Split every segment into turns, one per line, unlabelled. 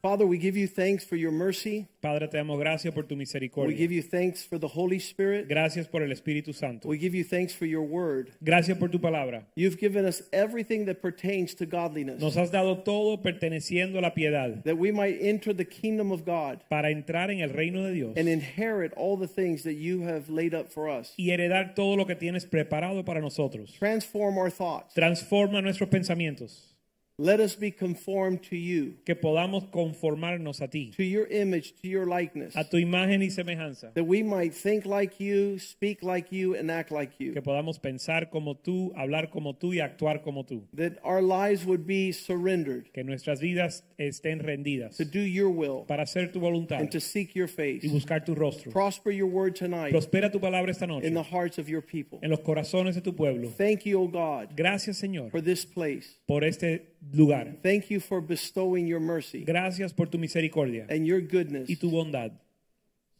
Father, we give you thanks for your mercy.
Padre, te damos gracias por tu
We give
misericordia.
you thanks for the Holy Spirit.
Gracias por el Espíritu Santo.
We give you thanks for your word.
Gracias por tu palabra.
You've given us everything that pertains to godliness,
Nos has dado todo perteneciendo a la piedad
that we might enter the kingdom of God
para entrar en el reino de Dios
and inherit all the things that you have laid up for us.
y heredar todo lo que tienes preparado para nosotros.
Transform our thoughts.
Transforma nuestros pensamientos,
Let us be conformed to you,
que podamos conformarnos a ti,
to your image, to your likeness,
a tu imagen y semejanza,
that we might think like you, speak like you, and act like
que
you.
podamos pensar como tú, hablar como tú y actuar como tú,
That our lives would be surrendered
que nuestras vidas estén rendidas
to do your will
para hacer tu voluntad
and to seek your face.
y buscar tu rostro.
Prosper your word tonight.
Prospera tu palabra esta
in
noche.
the hearts of your people.
en los corazones de tu pueblo.
Thank you, O God,
Gracias, Señor,
for this place.
por este lugar.
Thank you for bestowing your mercy
Gracias por tu misericordia
and your goodness
y tu bondad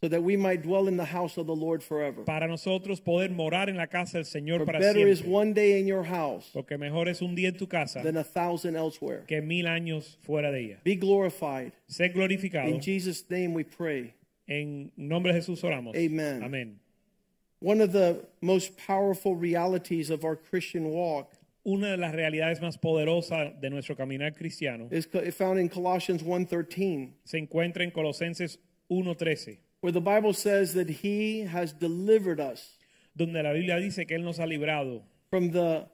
so that we might dwell in the house of the Lord forever.
para nosotros poder morar en la casa del Señor
For
para
better is
siempre.
one day in your house
Porque mejor es un día en tu casa
than a thousand elsewhere.
que mil años fuera de ella.
Be glorified.
Sé glorificado.
In Jesus' name we pray.
En nombre de Jesús oramos.
Amen.
Amén.
One of the most powerful realities of our Christian walk
Una de las realidades más poderosas de nuestro caminar cristiano
is co- found in Colossians 1:13,
se encuentra en Colosenses 1.13,
where the Bible says that he has delivered us
donde la Biblia dice que Él nos ha librado
from the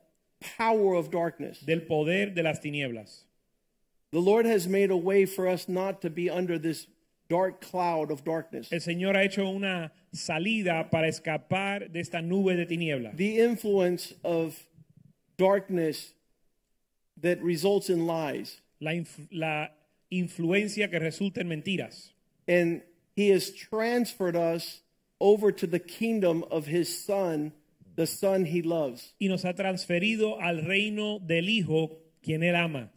power of darkness.
del poder de las tinieblas.
The Lord has made a way for us not to be under this dark cloud of darkness.
El Señor ha hecho una salida para escapar de esta nube de tinieblas.
The influence of darkness that results in lies.
La, inf- la influencia que resulta en mentiras.
And He has transferred us over to the kingdom of His Son, the Son He loves.
Y nos ha transferido al reino del Hijo, quien Él ama.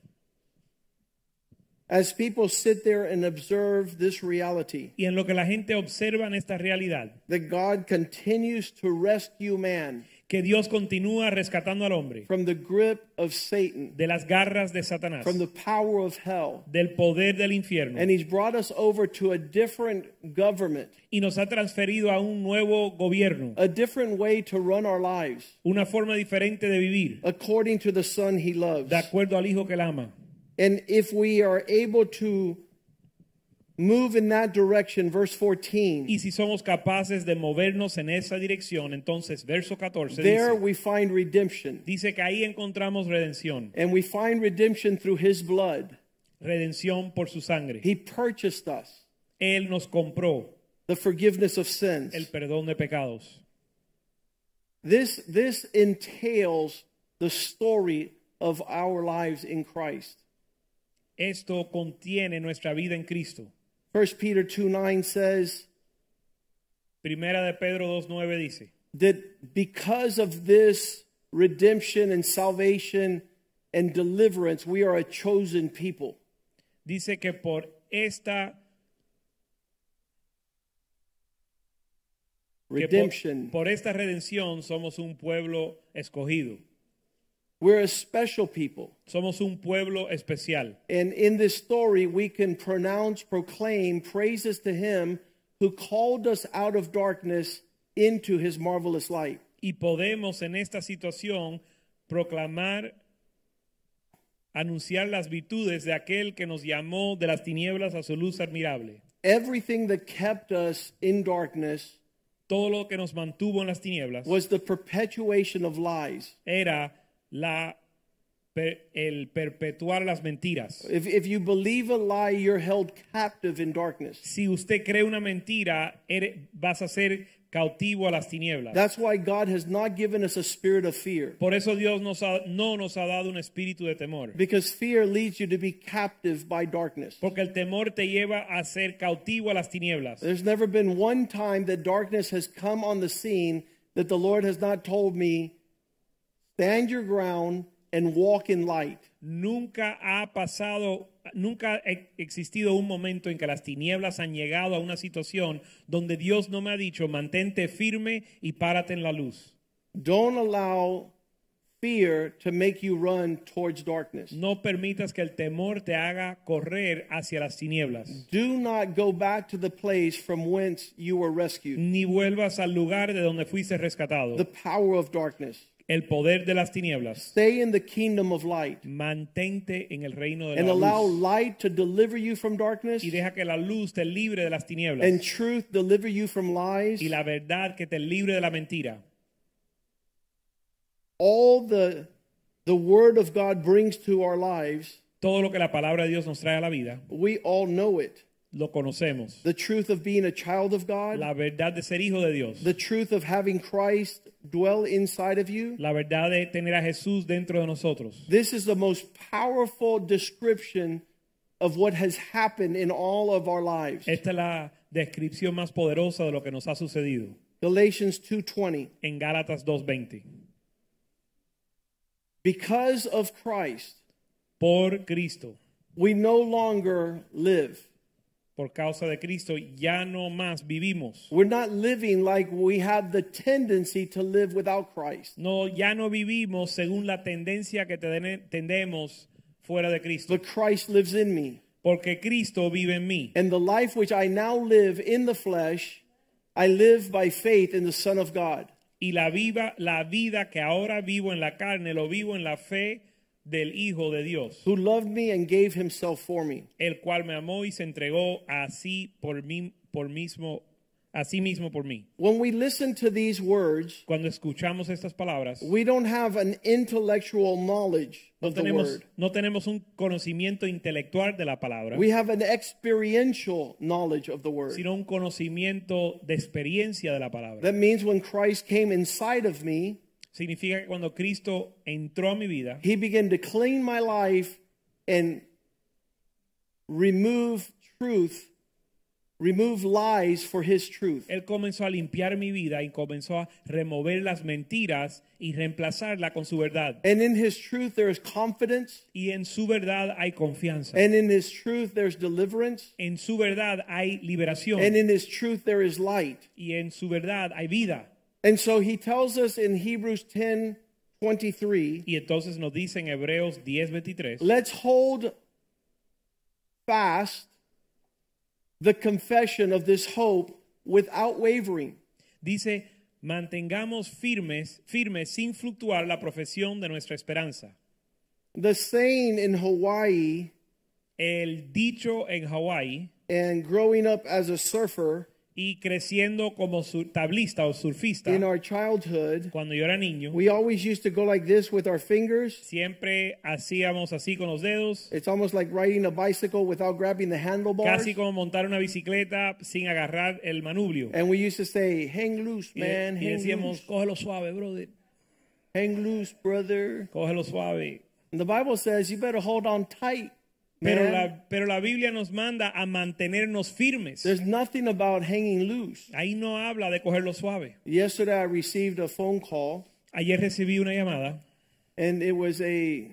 As people sit there and observe this reality,
Y en lo que la gente observa en esta realidad,
that God continues to rescue man
que Dios continúa rescatando al hombre
from the grip of Satan,
de las garras de Satanás,
from the power of hell.
del poder del infierno.
And he's brought us over to a different government,
Y nos ha transferido a un nuevo gobierno,
a different way to run our lives
una forma diferente de vivir,
according to the Son he loves.
de acuerdo al Hijo que Él ama.
And if we are able to move in that direction, verse 14,
Y si somos capaces de movernos en esa dirección, entonces verso 14
there
dice,
we find redemption.
dice que ahí encontramos redención,
And we find redemption through his blood.
redención por su sangre.
He purchased us
Él nos compró
the forgiveness of sins.
el perdón de pecados.
This, this entails the story of our lives in Christ.
Esto contiene nuestra vida en Cristo.
1 Peter 2 9 says,
Primera de Pedro 2.9 dice,
that because of this redemption and salvation and deliverance, we are a chosen people.
dice que por esta que por-
Redemption.
por esta redención somos un pueblo escogido,
We're a special people.
somos un pueblo especial.
And in this story, we can pronounce, proclaim praises to Him who called us out of darkness into His marvelous light.
y podemos en esta situación proclamar, anunciar las virtudes de aquel que nos llamó de las tinieblas a su luz admirable.
Everything that kept us in darkness
Todo lo que nos
Pues-
mantuvo en las tinieblas
was the perpetuation of lies,
era la per- el perpetuar las mentiras.
If, if you believe a lie, you're held captive in darkness.
Si usted cree una mentira, ere- vas a ser cautivo a las tinieblas.
That's why God has not given us a spirit of fear,
Por eso Dios nos ha- no nos ha dado un espíritu de temor.
because fear leads you to be captive by darkness.
Porque el temor te lleva a ser cautivo a las tinieblas.
There's never been one time that darkness has come on the scene that the Lord has not told me, stand your ground and walk in light.
Nunca ha pasado, nunca ha e- existido un momento en que las tinieblas han llegado a una situación donde Dios no me ha dicho, mantente firme y párate en la luz.
Don't allow fear to make you run towards darkness.
No permitas que el temor te haga correr hacia las tinieblas.
Do not go back to the place from whence you were rescued.
Ni vuelvas al lugar de donde fuiste rescatado.
The power of darkness.
El poder de las tinieblas.
Stay in the kingdom of light
Mantente en el reino de
and
la
allow
luz.
light to deliver you from darkness
Y deja que la luz te libre de las tinieblas.
and truth deliver you from lies.
y la verdad que te libre de la mentira.
All the the word of God brings to our lives,
Todo lo que la palabra de Dios nos trae a la vida,
we all know it.
lo conocemos.
The truth of being a child of God,
La verdad de ser hijo de Dios.
the truth of having Christ dwell inside of you.
La verdad de tener a Jesús dentro de nosotros.
This is the most powerful description of what has happened in all of our lives.
Esta es la descripción más poderosa de lo que nos ha sucedido
Galatians 2:20.
en Gálatas 2.20.
Because of Christ,
Por Cristo,
we no longer live.
por causa de Cristo, ya no más vivimos.
We're not living like we have the tendency to live without Christ.
No, ya no vivimos según la tendencia que tene- tendemos fuera de Cristo.
But Christ lives in me.
Porque Cristo vive en mí.
And the life which I now live in the flesh, I live by faith in the Son of God,
y la viva la vida que ahora vivo en la carne lo vivo en la fe del hijo de Dios
who loved me and gave himself for me.
el cual me amó y se entregó así por mí por mismo así mismo por mí
When we listen to these words,
cuando escuchamos estas palabras
we don't have an intellectual knowledge
no
of the
tenemos
word.
no tenemos un conocimiento intelectual de la palabra
We have an experiential knowledge of the word.
sino un conocimiento de experiencia de la palabra
That means when Christ came inside of me,
significa que cuando Cristo entró a mi vida
he began to clean my life and remove truth, remove lies for his truth.
Él comenzó a limpiar mi vida y comenzó a remover las mentiras y reemplazarla con su verdad.
And in his truth, there is confidence.
Y en su verdad hay confianza.
And in his truth, there's deliverance.
En su verdad hay liberación.
And in his truth, there is light.
Y en su verdad hay vida.
And so he tells us in Hebrews 10 23,
Y entonces nos dice en Hebreos 10:23,
let's hold fast the confession of this hope without wavering.
dice, mantengamos firmes, firmes sin fluctuar la profesión de nuestra esperanza.
The saying in Hawaii
El dicho en Hawái
and growing up as a surfer
y creciendo como sur- tablista o surfista,
in our childhood,
cuando yo era niño,
we always used to go like this with our fingers.
siempre hacíamos así con los dedos,
It's almost like riding a bicycle without grabbing the handlebars.
casi como montar una bicicleta sin agarrar el manubrio.
And we used to say, hang loose,
Y, de-
man,
y
hang
decíamos,
loose,
cógelo suave, brother.
hang loose, brother.
Cógelo suave.
And the Bible says you better hold on tight,
Pero
man.
la, pero la Biblia nos manda a mantenernos firmes.
There's nothing about hanging loose.
Ahí no habla de cogerlo suave.
Yesterday I received a phone call,
Ayer recibí una llamada
and it was a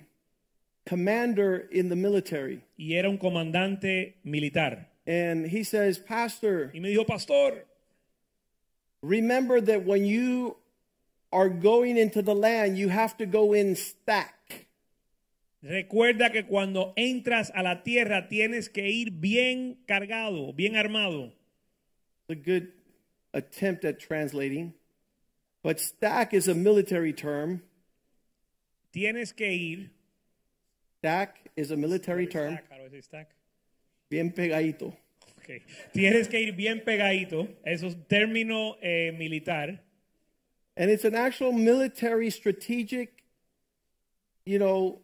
commander in the military.
y era un comandante militar.
And he says, Pastor,
Y me dijo, pastor,
remember that when you are going into the land, you have to go in stack.
recuerda que cuando entras a la tierra tienes que ir bien cargado, bien armado.
It's a good attempt at translating. But stack is a military term.
Tienes que ir.
Stack is a military term.
Stack, how do I say stack?
Bien pegadito.
Ok. Tienes que ir bien pegadito. Eso es término eh, militar.
And it's an actual military strategic, you know,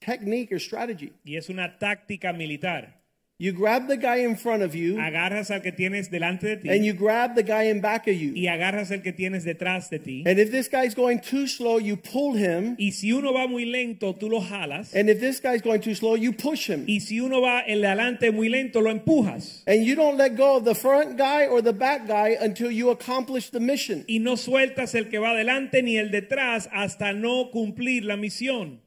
technique or strategy.
Y es una táctica militar.
You grab the guy in front of you,
Agarras al que tienes delante de ti
and you grab the guy in back of you.
y agarras al que tienes detrás de ti.
And if this guy's going too slow, you pull him.
Y si uno va muy lento, tú lo jalas.
And if this guy's going too slow, you push him.
Y si uno va el de adelante muy lento, lo empujas.
And you don't let go of the front guy or the back guy until you accomplish the mission.
Y no sueltas el que va adelante ni el detrás hasta no cumplir la misión.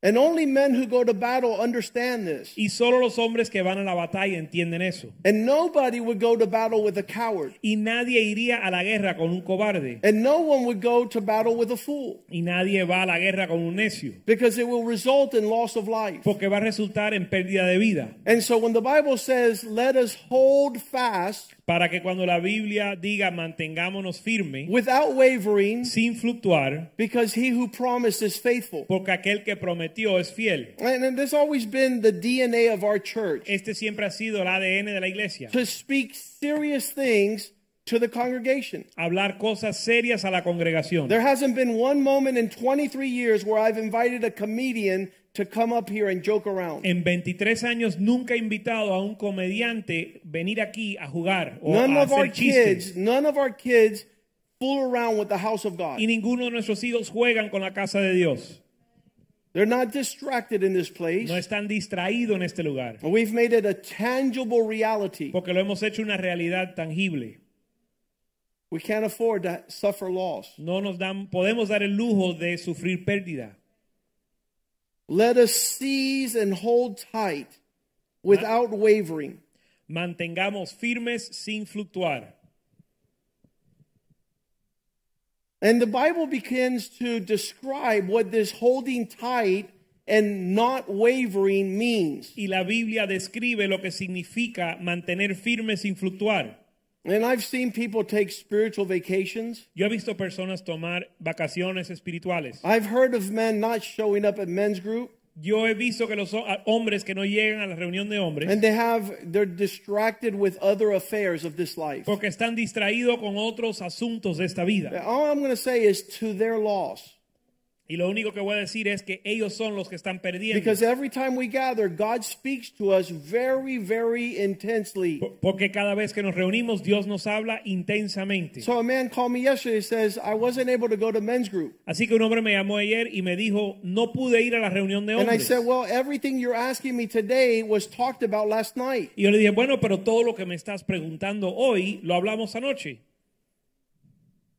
And only men who go to battle understand this.
Y solo los hombres que van a la batalla entienden eso.
And nobody would go to battle with a coward.
Y nadie iría a la guerra con un cobarde.
And no one would go to battle with a fool
Y nadie va a la guerra con un necio.
because it will result in loss of life.
Porque va a resultar en pérdida de vida.
And so when the Bible says, let us hold fast
Para que cuando la Biblia diga mantengámonos firmes,
without wavering,
sin fluctuar,
because he who promised is faithful.
porque aquel que prometió es fiel.
And, and there's always been the DNA of our church
Este siempre ha sido el ADN de la iglesia.
to speak serious things to the congregation.
Hablar cosas serias a la congregación.
There hasn't been one moment in 23 years where I've invited a comedian to come up here and joke around.
En 23 años nunca he invitado a un comediante venir aquí a jugar o
None
a
of our
hacer chistes.
kids, none of our kids fool around with the house of God.
Y ninguno de nuestros hijos juegan con la casa de Dios.
They're not distracted in this
No
place.
están distraídos en este lugar.
We've made it a tangible reality.
Porque lo hemos hecho una realidad tangible.
We can't afford to suffer loss.
No nos dan, podemos dar el lujo de sufrir pérdida.
Let us seize and hold tight without wavering.
Mantengamos firmes sin fluctuar.
And the Bible begins to describe what this holding tight and not wavering means.
Y la Biblia describe lo que significa mantener firme sin fluctuar.
And I've seen people take spiritual vacations.
Yo he visto personas tomar vacaciones espirituales.
I've heard of men not showing up at men's group
Yo he visto que los ho- a- hombres que no llegan a la reunión de hombres
and they have they're distracted with other affairs of this life.
porque están distraídos con otros asuntos de esta vida.
All I'm going to say is to their loss.
Y lo único que voy a decir es que ellos son los que están perdiendo.
Because every time we gather, God speaks to us very, very intensely.
Por- Porque cada vez que nos reunimos, Dios nos habla intensamente.
So a man called me yesterday and says, I wasn't able to go to men's group.
Así que un hombre me llamó ayer y me dijo, no pude ir a la reunión de
And I
hombres.
said, Well, everything you're asking me today was talked about last night.
Y yo le dije, bueno, pero todo lo que me estás preguntando hoy lo hablamos anoche.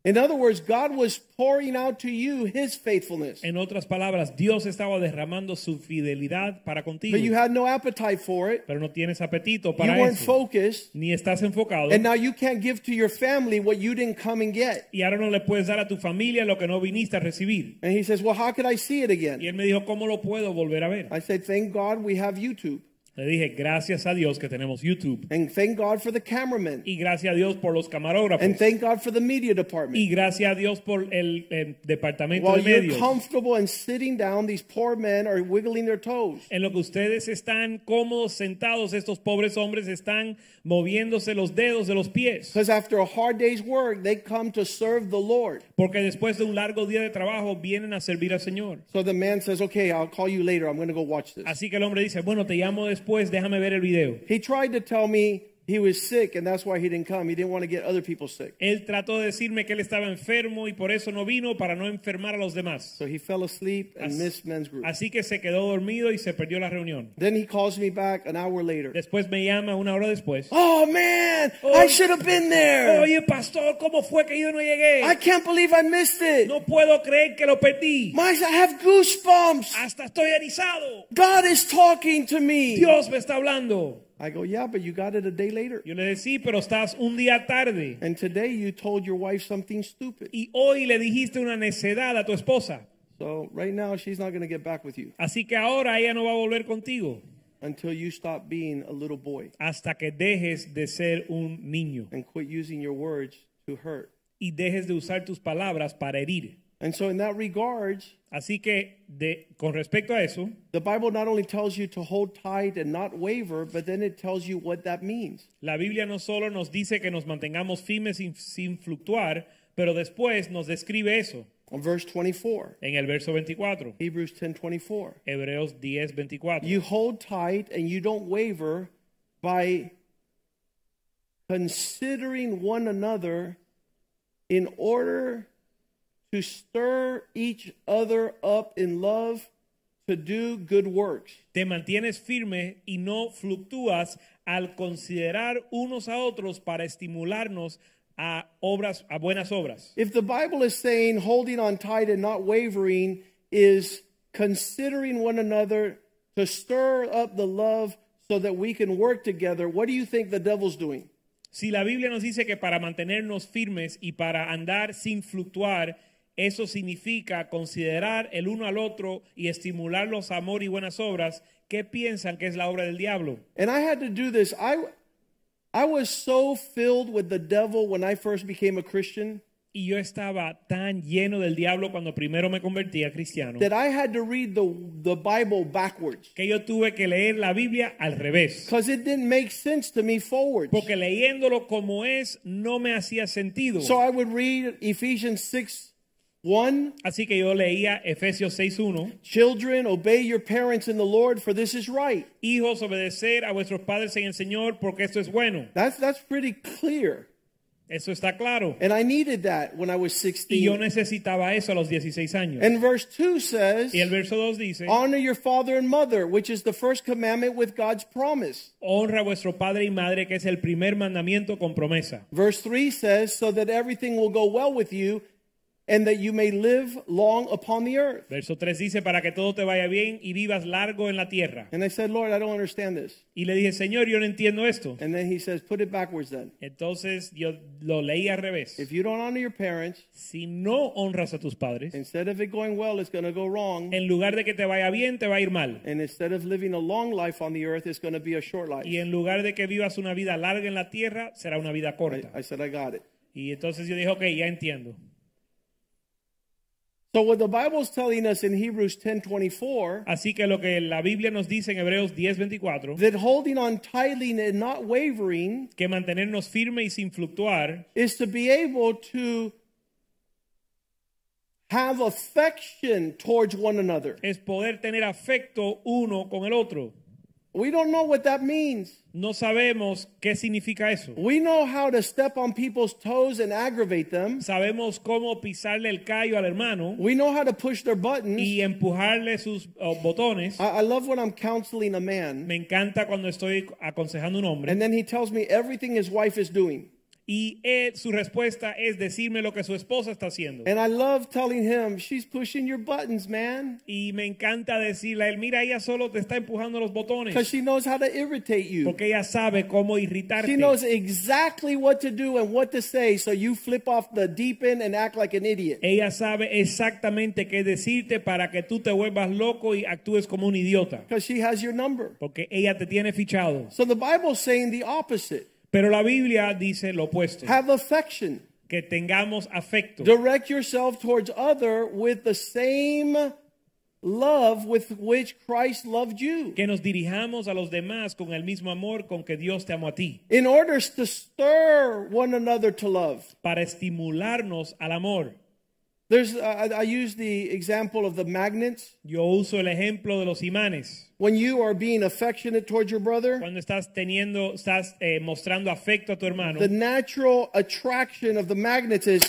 In other words, God was pouring out to you his faithfulness.
En otras palabras, Dios estaba derramando su fidelidad para contigo.
But you had no appetite for it.
Pero no tienes apetito
You
para
weren't
eso.
focused.
Ni estás enfocado.
And now you can't give to your family what you didn't come and get.
y ahora no le puedes dar a tu familia lo que no viniste a recibir.
And he says, Well, how could I see it
Y
again?
él me dijo, ¿cómo lo puedo volver a ver?
I said, Thank God we have YouTube.
Le dije, gracias a Dios que tenemos YouTube.
And thank God for the cameramen.
Y gracias a Dios por los camarógrafos.
And thank God for the media department.
y gracias a Dios por el, el departamento
While
de
you're
medios.
comfortable and sitting down, these poor men are wiggling their toes.
En lo que ustedes están cómodos sentados, estos pobres hombres están moviéndose los dedos de los pies.
Because after a hard day's work, they come to serve the Lord.
Porque después de un largo día de trabajo vienen a servir al Señor.
So the man says, Okay, I'll call you later. I'm going to go watch this.
Así que el hombre dice, bueno, te llamo después, déjame ver el video.
He tried to tell me he was sick and that's why he didn't come. He didn't want to get other people sick.
Él trató de decirme que él estaba enfermo y por eso no vino para no enfermar a los demás.
So he fell asleep and
As-
missed men's group.
Así que se quedó dormido y se perdió la reunión.
Then he calls me back an hour later.
Después me llama una hora después.
Oh man,
Oh.
I should have been there.
Oye, pastor, ¿cómo fue que yo no
I
llegué?
can't believe I missed it.
No puedo creer que lo perdí.
My, I have goosebumps.
Hasta estoy erizado.
God is talking to me.
Dios me está hablando.
I go, yeah, but you got it a day later.
Yo le decía, "Sí, pero estás un día tarde.
And today you told your wife something stupid.
Y hoy le dijiste una necedad a tu esposa.
So right now she's not going to get back with you
Así que ahora ella no va a volver contigo
until you stop being a little boy
hasta que dejes de ser un niño
and quit using your words to hurt.
y dejes de usar tus palabras para herir.
And so in that regards,
Así que de, con respecto a eso,
the Bible not only tells you to hold tight and not waver, but then it tells you what that means.
la Biblia no solo nos dice que nos mantengamos firmes sin, sin fluctuar, pero después nos describe eso.
On verse 24,
en el verso 24,
Hebrews 10:24.
Hebreos 10, 24.
You hold tight and you don't waver by considering one another in order to stir each other up in love to do good works.
Te mantienes firme y no fluctúas al considerar unos a otros para estimularnos a obras, a buenas obras.
If the Bible is saying holding on tight and not wavering is considering one another to stir up the love so that we can work together, what do you think the devil's doing?
Si la Biblia nos dice que para mantenernos firmes y para andar sin fluctuar, eso significa considerar el uno al otro y estimular los amor y buenas obras, ¿qué piensan que es la obra del diablo?
And I had to do this. I I was so filled with the devil when I first became a Christian
Y yo estaba tan lleno del diablo cuando primero me convertí a cristiano
that I had to read the the Bible backwards
que yo tuve que leer la Biblia al revés.
because it didn't make sense to me forwards.
Porque leyéndolo como es no me hacía sentido.
So I would read Ephesians 6 1
Así que yo leía Efesios 6.1.
Children, obey your parents in the Lord, for this is right.
Hijos, obedecer a vuestros padres en el Señor porque esto es bueno.
That's that's pretty clear.
Eso está claro.
And I needed that when I was
Y yo
16.
necesitaba eso a los 16 años.
And verse 2 says,
Y el verso 2 dice,
Honor your father and mother, which is the first commandment with God's promise.
honra a vuestro padre y madre, que es el primer mandamiento con promesa.
Verse 3 says, So that everything will go well with you and that you may live long upon the earth.
Verso 3 dice, para que todo te vaya bien y vivas largo en la tierra.
And I said, Lord, I don't understand this.
Y le dije, Señor, yo no entiendo esto.
And then he says, Put it backwards then.
Entonces yo lo leí al revés.
If you don't honor your parents,
Si no honras a tus padres,
instead of it going well, it's going to go wrong.
en lugar de que te vaya bien, te va a ir mal.
And instead of living a long life on the earth, it's going to be a short life.
Y en lugar de que vivas una vida larga en la tierra, será una vida
I,
corta.
I said, I got it.
Y entonces yo dije, ok, ya entiendo.
So what the Bible's telling us in Hebrews 10:24
Así que lo que la Biblia nos dice en Hebreos 10:24,
that holding on tightly and not wavering
que mantenernos firme y sin fluctuar
is to be able to have affection towards one another.
es poder tener afecto uno con el otro.
We don't know what that means.
No sabemos qué significa eso.
We know how to step on people's toes and aggravate them.
Sabemos cómo pisarle el callo al hermano
We know how to push their buttons.
y empujarle sus oh, botones.
I, I love when I'm counseling a man
Me encanta cuando estoy aconsejando a
and
un hombre
then he tells me everything his wife is doing.
y él- su respuesta es decirme lo que su esposa está haciendo.
And I love telling him, she's pushing your buttons, man,
Y me encanta decirle a él, mira, ella solo te está empujando los
because
botones
she knows how to irritate you.
porque ella sabe cómo irritarte.
She knows exactly what to do and what to say, so you flip off the deep end and act like an idiot.
Ella sabe exactamente qué decirte para que tú te vuelvas loco y actúes como un idiota.
Because she has your number.
Porque ella te tiene fichado.
So the Bible's saying the opposite
Pero la Biblia dice lo opuesto.
have affection,
Que tengamos afecto.
direct yourself towards other with the same love with which Christ loved you.
Que nos dirijamos a los demás con el mismo amor con que Dios te amó a ti.
In order to stir one another to love.
Para estimularnos al amor.
There's, I, I use the example of the magnets.
Yo uso el ejemplo de los imanes.
When you are being affectionate towards your brother,
Cuando estás teniendo, estás eh, mostrando afecto a tu hermano.
the natural attraction of the magnets is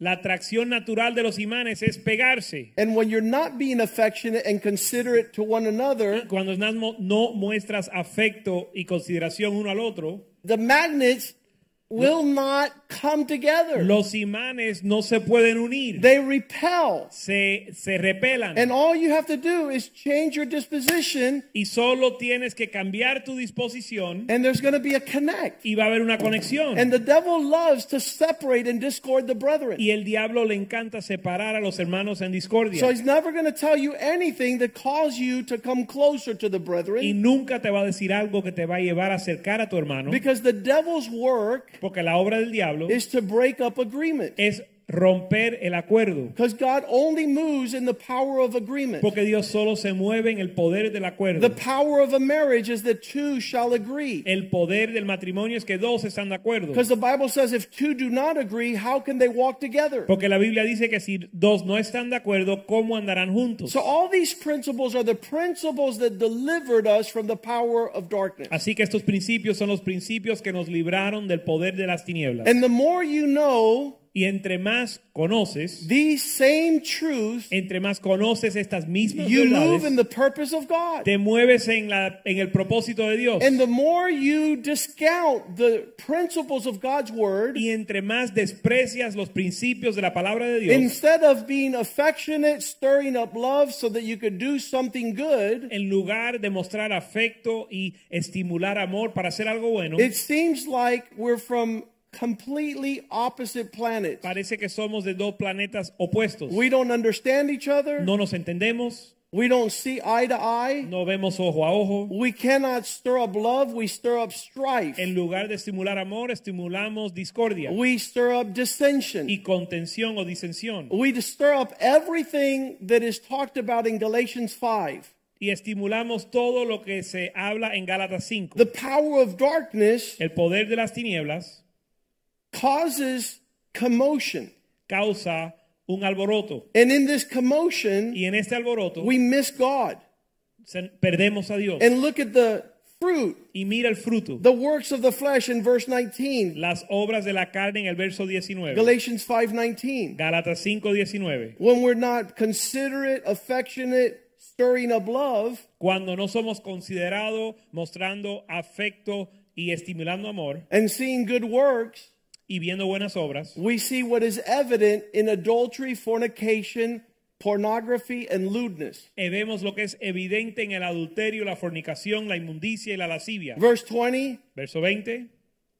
La atracción natural de los imanes es pegarse.
And when you're not being affectionate and considerate to one another,
Cuando no mo- no muestras afecto y consideración uno al otro,
the magnets will not come together.
los imanes no se pueden unir.
They repel.
Se, se repelan.
And all you have to do is change your disposition,
y solo tienes que cambiar tu disposición
and there's going to be a connect.
y va a haber una conexión.
And the devil loves to separate and discord the brethren.
y el diablo le encanta separar a los hermanos en discordia.
So he's never going to tell you anything that calls you to come closer to the
y
brethren
nunca te va a decir algo que te va a llevar a acercar a tu hermano.
because the devil's work
porque la obra del diablo
is to break up agreement.
es romper el acuerdo.
Because God only moves in the power of agreement.
Porque Dios solo se mueve en el poder del acuerdo.
The power of a marriage is that two shall agree.
El poder del matrimonio es que dos están de acuerdo.
Because the Bible says if two do not agree, how can they walk together?
Porque la Biblia dice que si dos no están de acuerdo, ¿cómo andarán juntos?
So all these principles are the principles that delivered us from the power of darkness.
Así que estos principios son los principios que nos libraron del poder de las tinieblas.
And the more you know
y entre más conoces,
these same truths,
entre más conoces estas mismas
you move in
verdades,
the purpose of God.
te mueves en, la, en el propósito de Dios.
And the more you discount the principles of God's word,
Y entre más desprecias los principios de la palabra de Dios,
instead of being affectionate, stirring up love so that you could do something good,
en lugar de mostrar afecto y estimular amor para hacer algo bueno,
it seems like we're from completely opposite planets.
parece que somos de dos planetas opuestos.
We don't understand each other.
No nos entendemos,
We don't see eye to eye.
no vemos ojo a ojo.
We cannot stir up love. We stir up strife.
En lugar de estimular amor, estimulamos discordia
We stir up dissension.
y contención o disensión.
We stir up everything that is talked about in Galatians 5.
Y estimulamos todo lo que se habla en Gálatas 5.
The power of darkness
El poder de las tinieblas
causes commotion.
causa un alboroto.
And in this commotion,
Y en este alboroto
we miss God.
se- perdemos a Dios.
And look at the fruit,
Y mira el fruto.
the works of the flesh in verse 19,
las obras de la carne en el verso 19.
Galatians 5:19.
Gálatas 5, 19.
When we're not considerate, affectionate, stirring up love,
Cuando no somos considerados mostrando afecto y estimulando amor
and seeing good works,
y viendo buenas obras,
we see what is evident in adultery, fornication, pornography, and lewdness.
eh, vemos lo que es evidente en el adulterio, la fornicación, la inmundicia y la lascivia.
Verse 20,
Verso 20.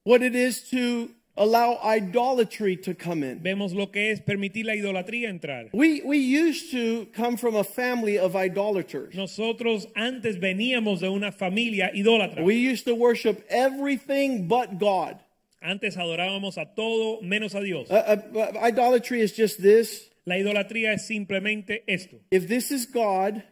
what it is to allow idolatry to come in.
Vemos lo que es permitir la idolatría entrar.
We, we used to come from a family of idolaters.
Nosotros antes veníamos de una familia idólatra.
We used to worship everything but God.
Antes adorábamos a todo menos a Dios.
Uh, uh, uh, idolatry is just this.
La idolatría es simplemente esto.
If this is God,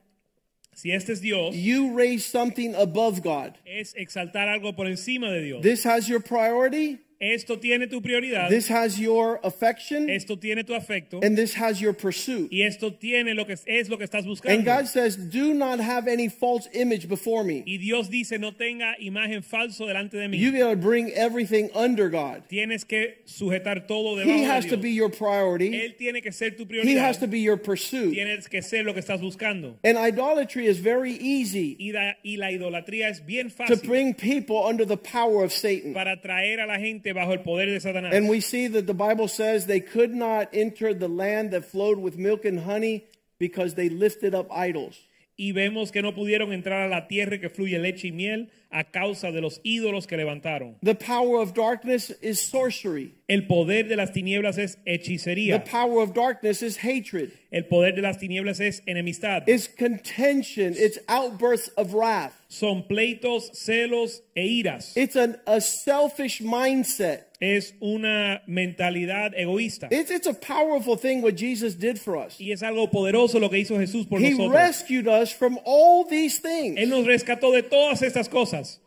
Si este es Dios,
you raise something above God.
es exaltar algo por encima de Dios.
This has your priority,
Esto tiene tu prioridad,
this has your affection,
esto tiene tu afecto
and this has your pursuit.
y esto tiene lo que es, es lo que estás
And
buscando.
God says, Do not have any false image before me.
Y Dios dice, no tenga imagen falso delante de mí.
You gotta bring everything under God.
Tienes que sujetar todo
He
debajo
has
de
to
Dios.
be your priority,
Él tiene que ser tu
He has to
prioridad.
be your pursuit.
Tienes que ser lo que estás buscando.
And idolatry is very easy
Y la, y la idolatría es bien
to
fácil
bring people under the power of Satan.
para traer a la gente bajo el poder de Satanás.
And we see that the Bible says they could not enter the land that flowed with milk and honey because they lifted up idols.
Y vemos que no pudieron entrar a la tierra que fluye leche y miel a causa de los ídolos que levantaron.
The power of darkness is sorcery.
El poder de las tinieblas es hechicería.
The power of darkness is hatred.
El poder de las tinieblas es enemistad.
It's contention. It's outbursts of wrath.
Son pleitos, celos e iras.
It's an, a selfish mindset.
Es una mentalidad egoísta.
It's, it's a powerful thing what Jesus did for us.
Y es algo poderoso lo que hizo Jesús por
He
nosotros.
rescued us from all these
Él
things.
nos rescató de todas estas cosas.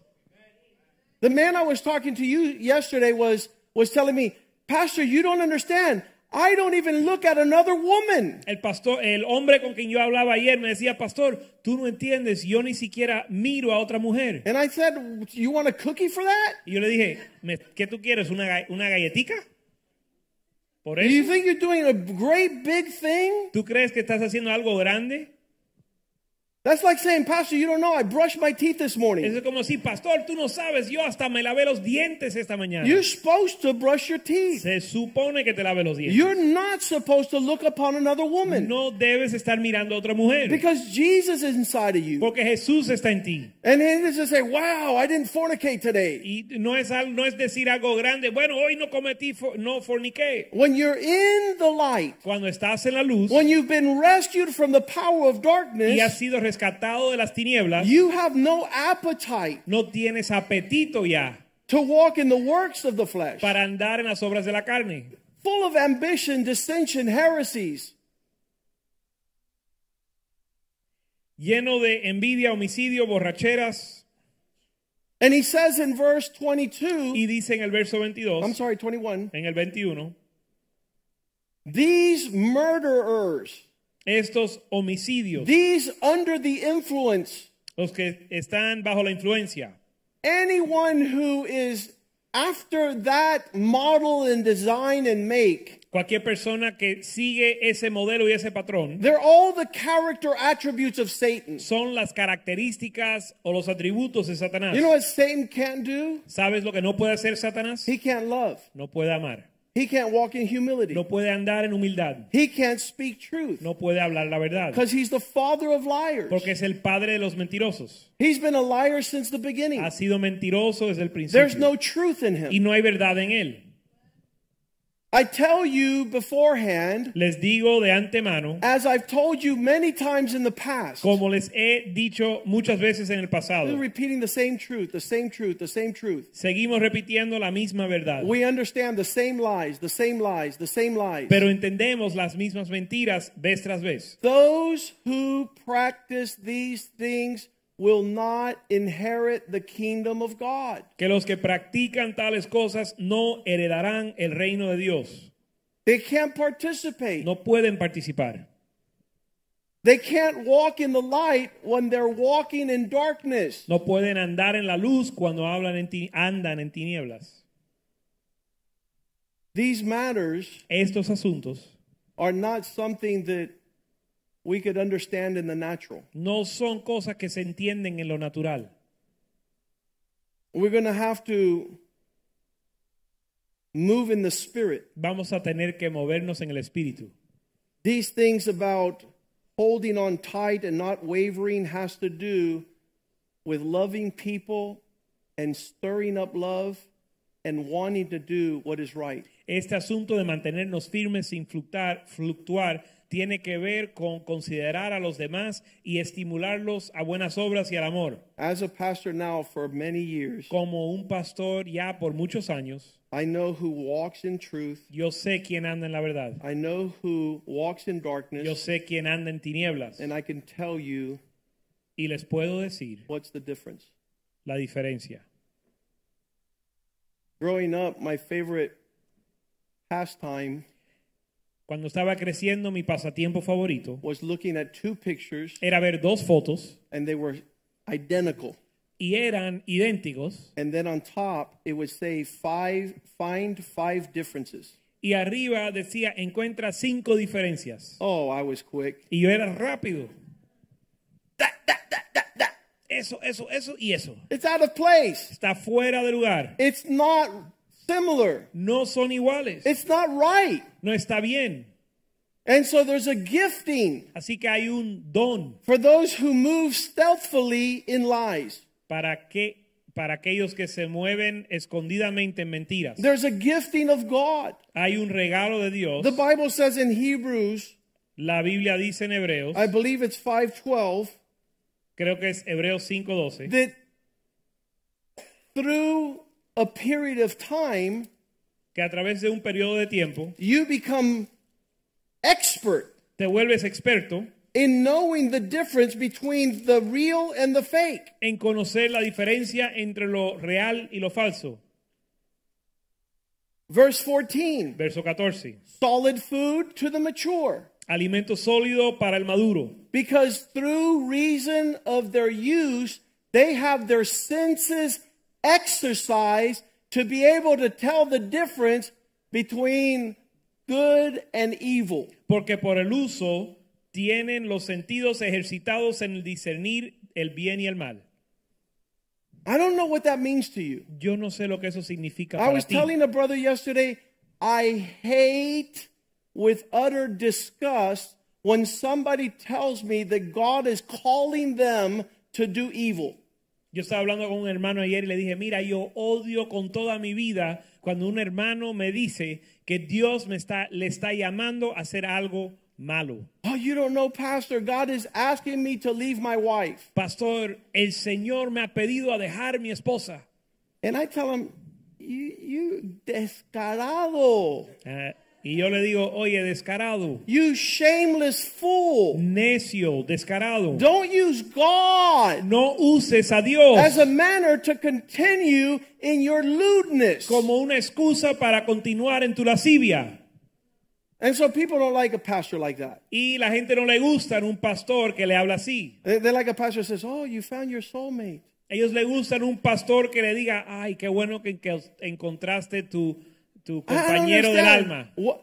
The man I was talking to you yesterday was, was telling me, Pastor, you don't understand. I don't even look at another woman.
El pastor, el hombre con quien yo hablaba ayer me decía, pastor, tú no entiendes, yo ni siquiera miro a otra mujer.
And I said, You want a cookie for that?
Y yo le dije, "Me- ¿qué tú quieres? ¿Una, ga- una galletica? Por
Do you
eso,
think you're doing a great big thing?
¿tú crees que estás haciendo algo grande?
That's like saying, Pastor, you don't know. I brushed my teeth this
Eso
morning.
es como si, pastor, tú no sabes, yo hasta me lavé los dientes esta mañana.
You're supposed to brush your teeth.
Se supone que te laves los dientes.
You're not supposed to look upon another woman
no debes estar mirando a otra mujer.
because Jesus is inside of you.
porque Jesús está en ti.
And then it's just say, Wow, I didn't fornicate today.
Y no es, al- no es decir algo grande, bueno, hoy no cometí, for- no forniqué.
When you're in the light,
Cuando estás en la luz
when you've been rescued from the power of
y has
darkness,
sido rescatado de las tinieblas,
you have no appetite
no tienes apetito ya
to walk in the works of the flesh.
para andar en las obras de la carne.
full of ambition, dissension, heresies,
lleno de envidia, homicidio, borracheras.
And he says in verse 22,
Y dice en el verso
I'm
22,
sorry, 21,
en el 21,
these murderers,
estos homicidios,
these under the influence,
los que están bajo la influencia,
anyone who is after that model and design and make,
cualquier persona que sigue ese modelo y ese patrón,
they're all the character attributes of Satan.
son las características o los atributos de Satanás.
You know what Satan can't do?
¿Sabes lo que no puede hacer Satanás?
He can't love.
No puede amar,
He can't walk in humility.
no puede andar en humildad,
He can't speak truth
no puede hablar la verdad,
because he's the father of liars.
porque es el padre de los mentirosos.
He's been a liar since the beginning.
Ha sido mentiroso desde el
There's
principio
no truth in him.
y no hay verdad en él.
I tell you beforehand,
Les digo de antemano,
as I've told you many times in the past,
como les he dicho muchas veces en el
we're
pasado,
repeating the same truth, the same truth, the same truth.
seguimos repitiendo la misma verdad,
We understand the same lies, the same lies, the same lies.
pero entendemos las mismas mentiras vez tras vez.
Those who practice these things will not inherit the kingdom of God.
Que los que practican tales cosas no heredarán el reino de Dios,
They can't participate.
no pueden participar,
They can't walk in the light when they're walking in darkness.
no pueden andar en la luz cuando hablan en ti- andan en tinieblas.
These matters
Estos asuntos
are not something that we could understand in the natural.
no son cosas que se entienden en lo natural.
We're going to have to move in the spirit.
Vamos a tener que movernos en el espíritu.
These things about holding on tight and not wavering has to do with loving people and stirring up love and wanting to do what is right.
Este asunto de mantenernos firmes sin fluctuar, fluctuar tiene que ver con considerar a los demás y estimularlos a buenas obras y al amor.
As a pastor now for many years,
Como un pastor ya por muchos años,
I know who walks in truth.
yo sé quién anda en la verdad,
I know who walks in
yo
darkness,
sé quién anda en tinieblas
and I can tell you
y les puedo decir
what's the difference.
la diferencia.
Growing up, my favorite pastime
Cuando estaba creciendo, mi pasatiempo favorito
was looking at two pictures,
era ver dos fotos
and they were identical.
y eran idénticos
And then on top, it would say five, find five differences.
y arriba decía encuentra cinco diferencias.
Oh, I was quick.
Y yo era rápido. Da, da, da, da, da. Eso, eso, eso y eso.
It's out of place.
Está fuera de lugar.
It's not similar.
No son iguales.
It's not right.
No está bien.
And so there's a gifting
Así que hay un don
for those who move stealthily in lies.
para que para aquellos que se mueven escondidamente en mentiras.
There's a gifting of God.
Hay un regalo de Dios.
The Bible says in Hebrews,
La Biblia dice en Hebreos,
I believe it's 512,
creo que es Hebreos 5:12,
that through a period of time,
que a través de un periodo de tiempo
you become expert
te vuelves experto
in knowing the difference between the real and the fake.
en conocer la diferencia entre lo real y lo falso.
Verse 14
Verso 14.
solid food to the mature,
alimento sólido para el maduro,
because through reason of their use, they have their senses exercised to be able to tell the difference between good and evil.
porque por el uso tienen los sentidos ejercitados en el discernir el bien y el mal.
I don't know what that means to you.
Yo no sé lo que eso significa
I
para
was
ti.
telling a brother yesterday, I hate with utter disgust when somebody tells me that God is calling them to do evil.
Yo estaba hablando con un hermano ayer y le dije, mira, yo odio con toda mi vida cuando un hermano me dice que Dios me está, le está llamando a hacer algo malo.
Oh, you don't know, Pastor, God is asking me to leave my wife.
Pastor, el Señor me ha pedido a dejar mi esposa.
And I tell him, you, you descarado.
Ah, Y yo le digo, oye, descarado,
You shameless fool.
necio, descarado,
Don't use God
no uses a Dios
as a manner to continue in your lewdness.
como una excusa para continuar en tu lascivia.
And so people don't like a pastor like that.
Y la gente no le gusta en un pastor que le habla así.
They, they like a pastor that says, Oh, you found your soulmate.
Ellos le gustan un pastor que le diga, ay, qué bueno que, que encontraste tu, tu
I- I don't
compañero del
understand.
alma.
What?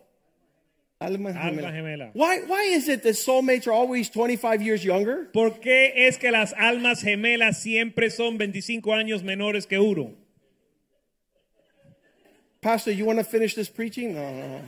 Alma
Alma
gemela.
gemela.
Why, why is it that soulmates are always 25 years younger?
¿Por qué es que las almas gemelas siempre son 25 años menores que uno?
Pastor, you want to finish this preaching? No, no, no.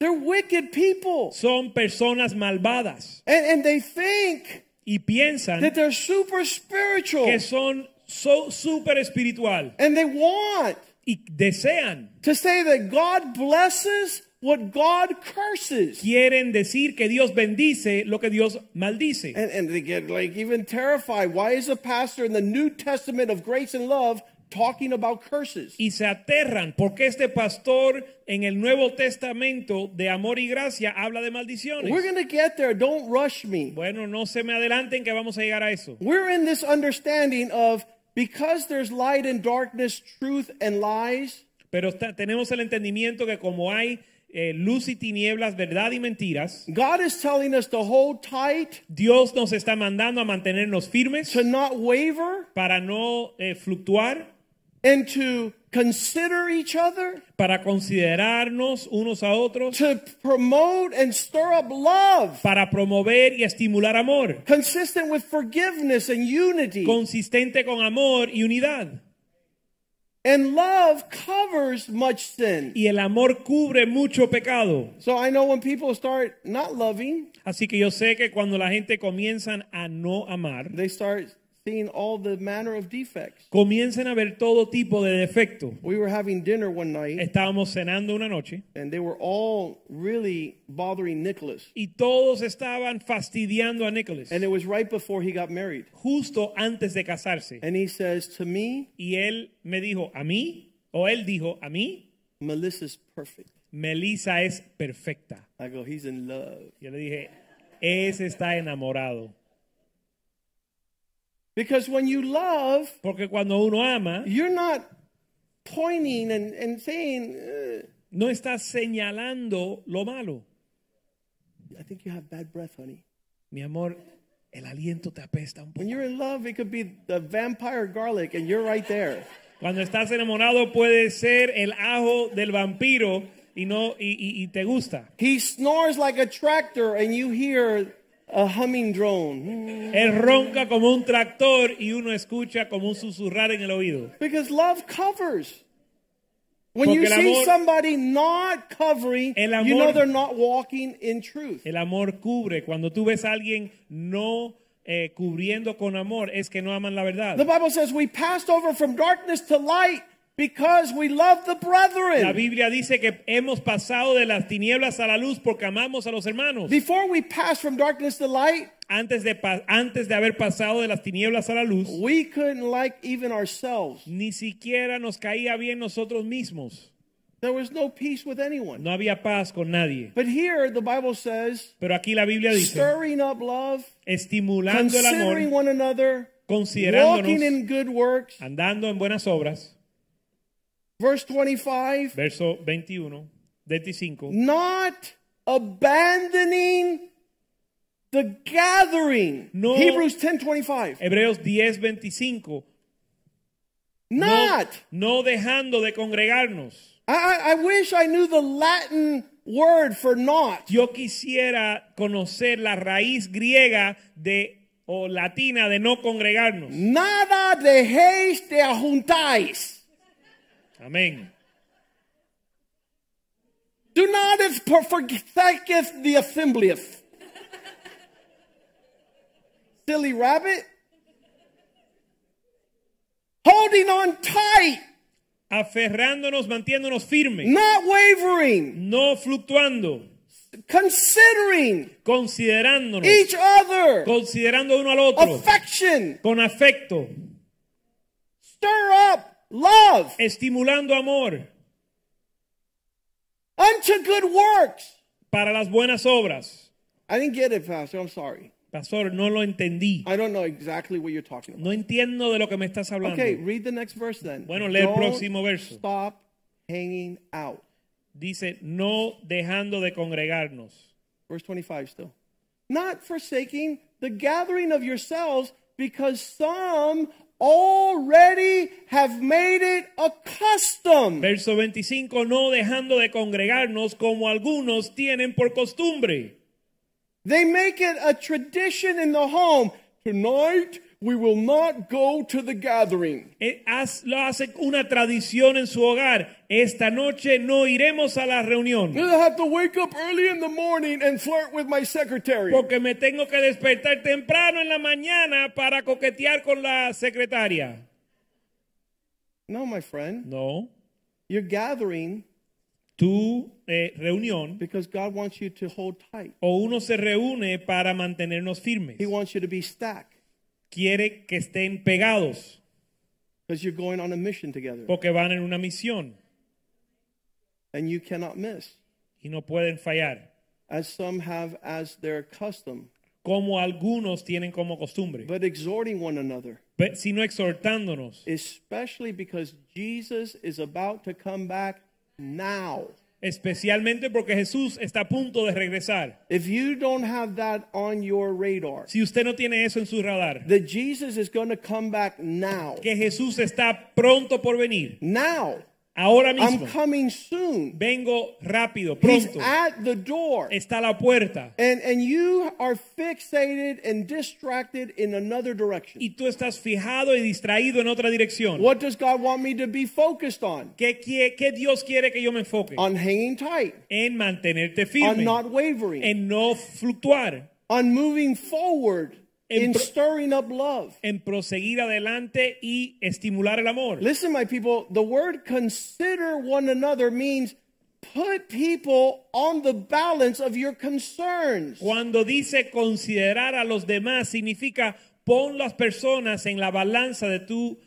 They're wicked people.
Son personas malvadas
And, and they think
y piensan
that they're super spiritual.
que son so- súper espiritual
And they want
y desean,
to say that God blesses what God curses.
quieren decir que Dios bendice lo que Dios maldice.
And, and they get like even terrified. Why is a pastor in the New Testament of grace and love talking about curses?
Y se aterran porque este pastor en el Nuevo Testamento de amor y gracia habla de maldiciones.
We're going to get there. Don't rush me.
Bueno, no se me adelanten que vamos a llegar a eso.
We're in this understanding of because there's light and darkness, truth and lies,
Pero está- tenemos el entendimiento que como hay eh, luz y tinieblas, verdad y mentiras,
God is telling us to hold tight,
Dios nos está mandando a mantenernos firmes
to not waver,
para no eh, fluctuar,
and to consider each other,
para considerarnos unos a otros,
to promote and stir up love,
para promover y estimular amor,
consistent with forgiveness and unity.
consistente con amor y unidad.
And love covers much sin.
Y el amor cubre mucho pecado.
So I know when people start not loving,
Así que yo sé que cuando la gente comienzan a no amar,
they start seeing all the manner of defects.
comienzan a ver todo tipo de defecto.
We were having dinner one night,
Estábamos cenando una noche
and they were all really bothering Nicholas.
y todos estaban fastidiando a Nicholas
And it was right before he got married.
justo antes de casarse.
And he says, To me,
Y él me dijo, a mí, o él dijo, a mí,
Melissa's perfect.
Melissa es perfecta.
I go, He's in love.
Yo le dije, ese está enamorado.
Because when you love,
Porque cuando uno ama,
you're not pointing and, and saying,
no está señalando lo malo.
"Uh, I think you have bad breath, honey.
Mi amor, el aliento te apesta un
When
poco.
you're in love, it could be the vampire garlic, and you're right there.
Cuando estás enamorado puede ser el ajo del vampiro y, no, y, y- y te gusta.
He snores like a tractor, and you hear a humming drone.
Él ronca como un tractor y uno escucha como un susurrar en el oído.
Because love covers. When
Porque
you
el
see
amor-
somebody not covering,
El
you know
amor-
they're not walking in truth.
El amor cubre. Cuando tú ves a alguien no eh, cubriendo con amor, es que no aman la
The
verdad.
Bible says we passed over from darkness to light because we love the brethren.
La Biblia dice que hemos pasado de las tinieblas a la luz porque amamos a los hermanos.
Before we pass from darkness to light,
Antes de, pa- antes de haber pasado de las tinieblas a la luz,
we couldn't like even ourselves.
ni siquiera nos caía bien nosotros mismos.
There was no peace with anyone.
No había paz con nadie.
But here the Bible says
Pero aquí la Biblia dice,
stirring up love,
estimulando el
considering
amor,
one another, walking
considerándonos,
in good works.
andando en buenas obras.
Verse 25.
Verso 21, 25.
not abandoning the gathering.
No.
Hebrews 10:25.
Hebreos 10, 25. No,
Not.
no dejando de congregarnos.
I, I- I wish I knew the Latin word for not.
Yo quisiera conocer la raíz griega de o latina de no congregarnos.
Nada dejéis de juntáis.
Amén.
Do not if per- forsaketh the assembly. of- Silly rabbit. Holding on tight,
Aferrándonos, mantiéndonos firmes,
not wavering,
no fluctuando,
considering
considerándonos,
each other.
considerando uno al otro,
affection.
con afecto,
Stir up love.
estimulando amor,
unto good works.
para las buenas obras.
I didn't get it, Pastor. I'm sorry.
Pastor, no lo entendí.
I don't know exactly what you're talking about.
No entiendo de lo que me estás hablando.
Okay, read the next verse then.
Bueno, lee el
Don't
próximo verso.
Stop hanging out.
Dice, no dejando de congregarnos.
Verse 25 still. Not forsaking the gathering of yourselves, because some already have made it a custom.
Verso 25, no dejando de congregarnos como algunos tienen por costumbre.
They make it a tradition in the home. Tonight, we will not go to the gathering.
Eh, haz- lo hacen una tradición en su hogar. Esta noche no iremos a la reunión
I have to wake up early in the morning and flirt with my secretary.
porque me tengo que despertar temprano en la mañana para coquetear con la secretaria.
No, my friend.
No,
You're gathering
tu eh, reunión
because God wants you to hold tight.
o uno se reúne para mantenernos firmes.
He wants you to be stacked
Quiere que estén pegados
because you're going on a mission together
porque van en una misión
and you cannot miss,
y no pueden fallar.
as some have as their custom,
como algunos tienen como costumbre,
but exhorting one another,
Pe- sino exhortándonos,
especially because Jesus is about to come back now.
especialmente porque Jesús está a punto de regresar.
If you don't have that on your radar,
Si usted no tiene eso en su radar,
that Jesus is going to come back now.
que Jesús está pronto por venir,
Now.
ahora
I'm
mismo,
coming soon.
vengo rápido,
He's
pronto,
at the door.
está a la puerta
And and you are fixated and distracted in another direction.
y tú estás fijado y distraído en otra dirección.
What does God want me to be focused on?
¿Qué, quie- qué Dios quiere que yo me enfoque?
On hanging tight,
En mantenerte
on
firme,
not wavering,
en no fluctuar,
on moving forward,
En
in
pro-
stirring up love.
en proseguir adelante y estimular el amor.
Listen, my people, the word consider one another means put people on the balance of your concerns.
Cuando dice considerar a los demás, significa pon las personas en la balanza de tu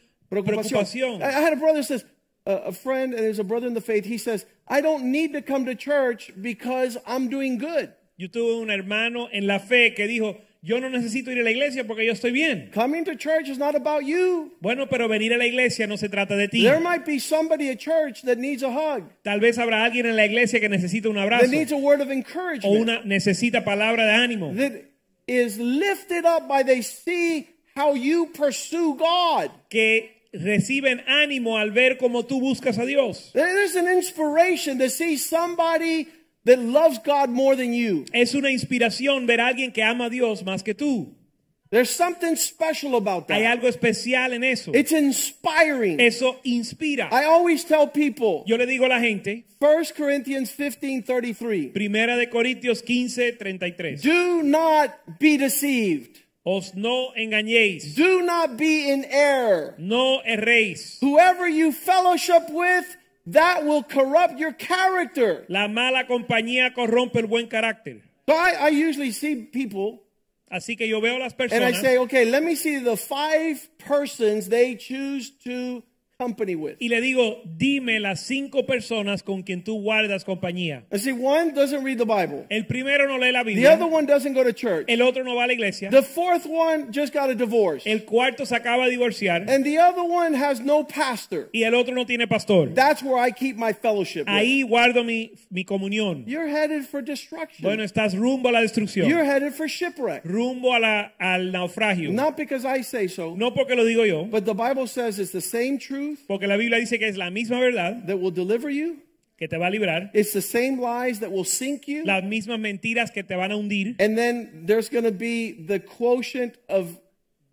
preocupación.
I I had a brother who says, uh, a friend, and there's a brother in the faith. He says, I don't need to come to church because I'm doing good.
Yo tuve un hermano en la fe que dijo, yo no necesito ir a la iglesia porque yo estoy bien.
Coming to church is not about you.
Bueno, pero venir a la iglesia no se trata de ti.
There might be somebody at church that needs a hug,
Tal vez habrá alguien en la iglesia que necesita un abrazo
that needs a word of
o
encouragement,
una necesita palabra de ánimo,
that is lifted up by they see how you pursue God.
que reciben ánimo al ver cómo tú buscas a Dios.
There's an inspiration to see somebody that loves God more than you.
Es una inspiración ver a alguien que ama a Dios más que tú.
There's something special about
Hay
that.
algo especial en eso.
It's inspiring.
Eso inspira.
I always tell people
Yo le digo a la gente,
1 Corinthians 15 33.
Primera de Corintios 15, 33.
Do not be deceived.
Os no engañéis,
Do not be in error.
no erréis.
Whoever you fellowship with, that will corrupt your character.
La mala compañía corrompe el buen carácter.
So I, I usually see people
Así que yo veo a las
and I
personas
say, okay, let me see the five persons they choose to company with.
y le digo, dime las cinco personas con quien tú guardas compañía.
I see one doesn't read the Bible,
El primero no lee la
the
Biblia,
other one doesn't go to church,
el otro no va a la iglesia,
the fourth one just got a divorce,
el cuarto se acaba de divorciar
and the other one has no pastor.
y el otro no tiene pastor.
That's where I keep my fellowship. with.
Ahí guardo mi, mi comunión.
You're headed for destruction.
Bueno, estás rumbo a la
You're
destrucción,
headed for shipwreck.
rumbo a la- al naufragio.
Not because I say so,
No porque lo digo yo,
but the Bible says it's the same truth
porque la Biblia dice que es la misma verdad
that will deliver you.
que te va a librar,
It's the same lies that will sink you.
las mismas mentiras que te van a hundir
And then there's going to be the quotient of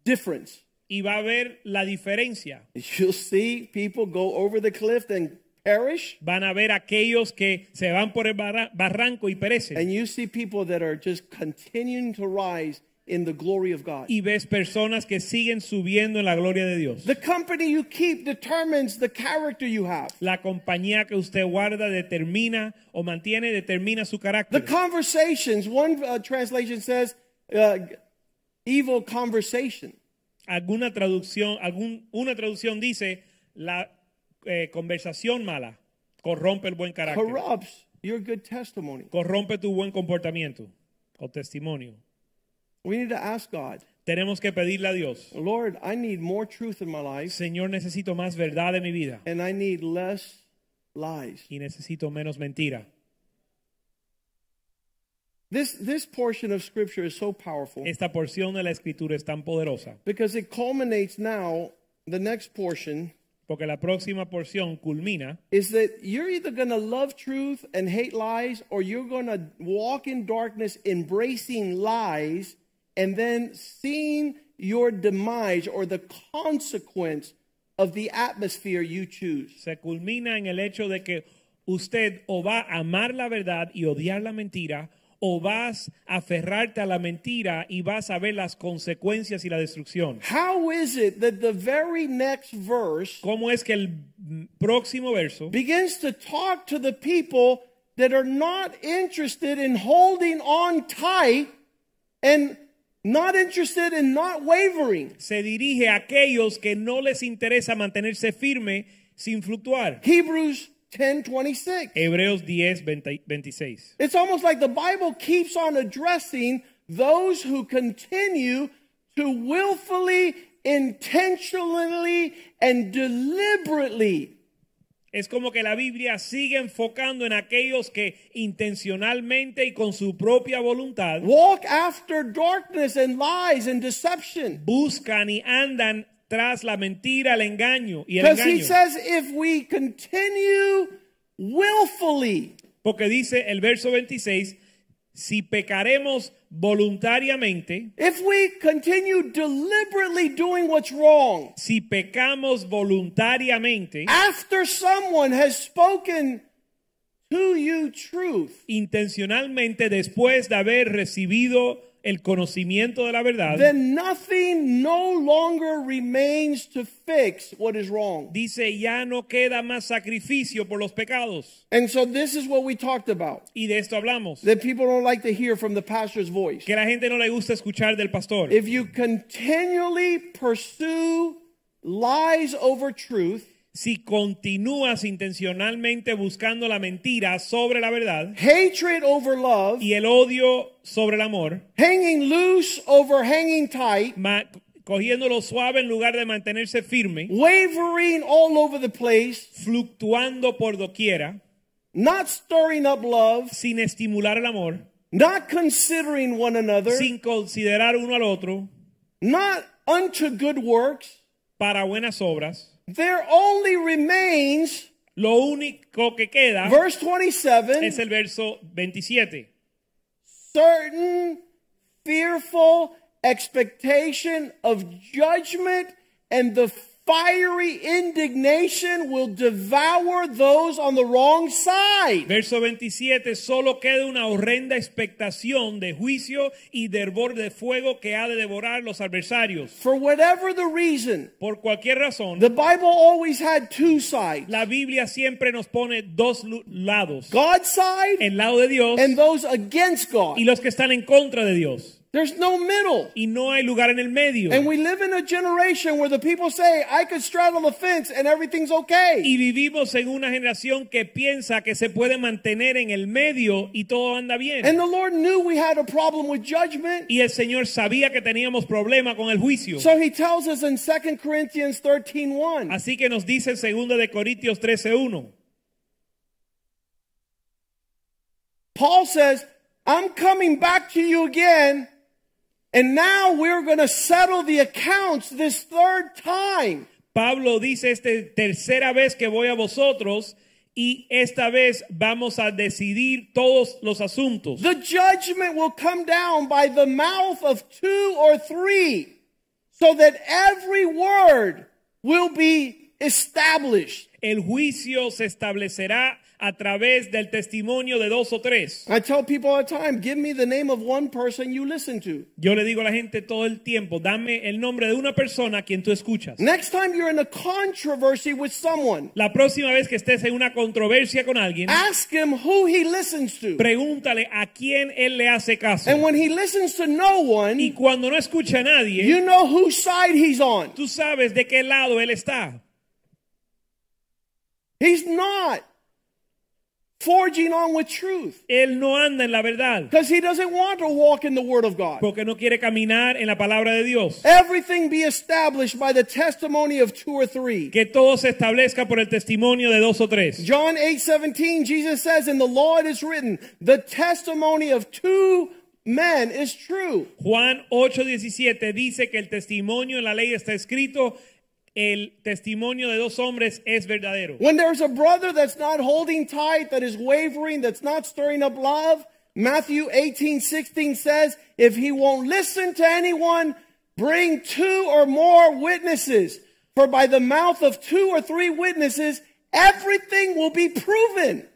difference.
y va a haber la diferencia.
You'll see people go over the cliff and perish,
Van a ver aquellos que se van por el barra- barranco y perecen
and you see people that are just continuing to rise in the glory of God.
y ves personas que siguen subiendo en la gloria de Dios.
The company you keep determines the character you have.
La compañía que usted guarda determina o mantiene determina su
The
carácter.
conversations, one uh, translation says, uh, evil conversation.
Alguna traducción, algún, una traducción dice la eh, conversación mala corrompe el buen carácter.
corrupts your good testimony.
Corrompe tu buen comportamiento o testimonio.
We need to ask God,
Tenemos que pedirle a Dios,
Lord, I need more truth in my life
Señor, necesito más verdad en mi vida
and I need less lies.
y necesito menos mentira.
This, this portion of scripture is so powerful
Esta porción de la escritura es tan poderosa
because it culminates now, the next portion
porque la próxima porción culmina
is that you're either going to love truth and hate lies, or you're going to walk in darkness, embracing lies, and then seeing your demise or the consequence of the atmosphere you choose.
se culmina en el hecho de que usted o va a amar la verdad y odiar la mentira, o vas a aferrarte a la mentira y vas a ver las consecuencias y la destrucción.
How is it that the very next verse
¿Cómo es que el mm, próximo verso
begins to talk to the people that are not interested in holding on tight and not interested in not wavering?
se dirige a aquellos que no les interesa mantenerse firme sin fluctuar?
Hebrews 10:26.
Hebreos 10, 20 26.
It's almost like the Bible keeps on addressing those who continue to willfully, intentionally, and deliberately
Es como que la Biblia sigue enfocando en aquellos que intencionalmente y con su propia voluntad
walk after darkness and lies and deception.
buscan y andan tras la mentira, el engaño y el
Because he
engaño.
says if we continue willfully,
Porque dice el verso 26, si pecaremos voluntariamente,
if we continue deliberately doing what's wrong,
si pecamos voluntariamente,
after someone has spoken to you truth,
intencionalmente después de haber recibido el conocimiento de la verdad,
then nothing no longer remains to fix what is wrong.
dice ya no queda más sacrificio por los pecados.
And so this is what we talked about.
Y de esto hablamos.
That people don't like to hear from the pastor's voice.
Que la gente no le gusta escuchar del pastor.
If you continually pursue lies over truth,
Si continúas intencionalmente buscando la mentira sobre la verdad
hatred over love,
y el odio sobre el amor,
hanging loose over hanging tight,
ma- cogiendo lo suave en lugar de mantenerse firme,
wavering all over the place,
fluctuando por doquiera,
not stirring up love,
sin estimular el amor,
not considering one another,
sin considerar uno al otro
not unto good works,
para buenas obras,
there only remains
lo único que queda
Verse 27
es el verso 27.
certain fearful expectation of judgment and the fiery indignation will devour those on the wrong side.
Verso 27, solo queda una horrenda expectación de juicio y de hervor de fuego que ha de devorar los adversarios.
For whatever the reason,
Por cualquier razón,
the Bible always had two sides
la Biblia siempre nos pone dos lu- lados.
God's side
El lado de Dios
and those against God.
y los que están en contra de Dios.
There's no middle.
Y no hay lugar en el medio.
And we live in a generation where the people say, I could straddle the fence and everything's okay.
Y vivimos en una generación que piensa que se puede mantener en el medio y todo anda
And
bien.
the Lord knew we had a problem with judgment.
Y el Señor sabía que teníamos problema con el juicio.
So he tells us in 2 Corinthians 13:1,
Así que nos dice en 2 de Corintios 13:1.
Paul says, "I'm coming back to you again, and now we're going to settle the accounts this third time."
Pablo dice esta tercera vez que voy a vosotros y esta vez vamos a decidir todos los asuntos.
The judgment will come down by the mouth of two or three, so that every word will be established.
El juicio se establecerá a través del testimonio de dos o tres.
I tell people all the time, give me the name of one person you listen to.
Yo le digo a la gente todo el tiempo, dame el nombre de una persona a quien tú escuchas.
Next time you're in a controversy with someone,
La próxima vez que estés en una controversia con alguien,
ask him who he listens to.
pregúntale a quién él le hace caso.
And when he listens to no
Y
one,
cuando no escucha a nadie,
you know whose side he's on.
tú sabes de qué lado él está.
He's not forging on with truth
Él no anda en la verdad
because he doesn't want to walk in the Word of God.
porque no quiere caminar en la palabra de Dios.
Everything be established by the testimony of two or three.
Que todo se establezca por el testimonio de dos o tres.
John 8 17, Jesus says, In the law it is written, the testimony of two men is true.
Juan 8:17 dice que el testimonio en la ley está escrito, el testimonio de dos hombres es verdadero.
When there's a brother that's not holding tight, that is wavering, that's not stirring up love, Matthew 18 16 says, If he won't listen to anyone, bring two or more witnesses. For by the mouth of two or three witnesses, everything will be proven.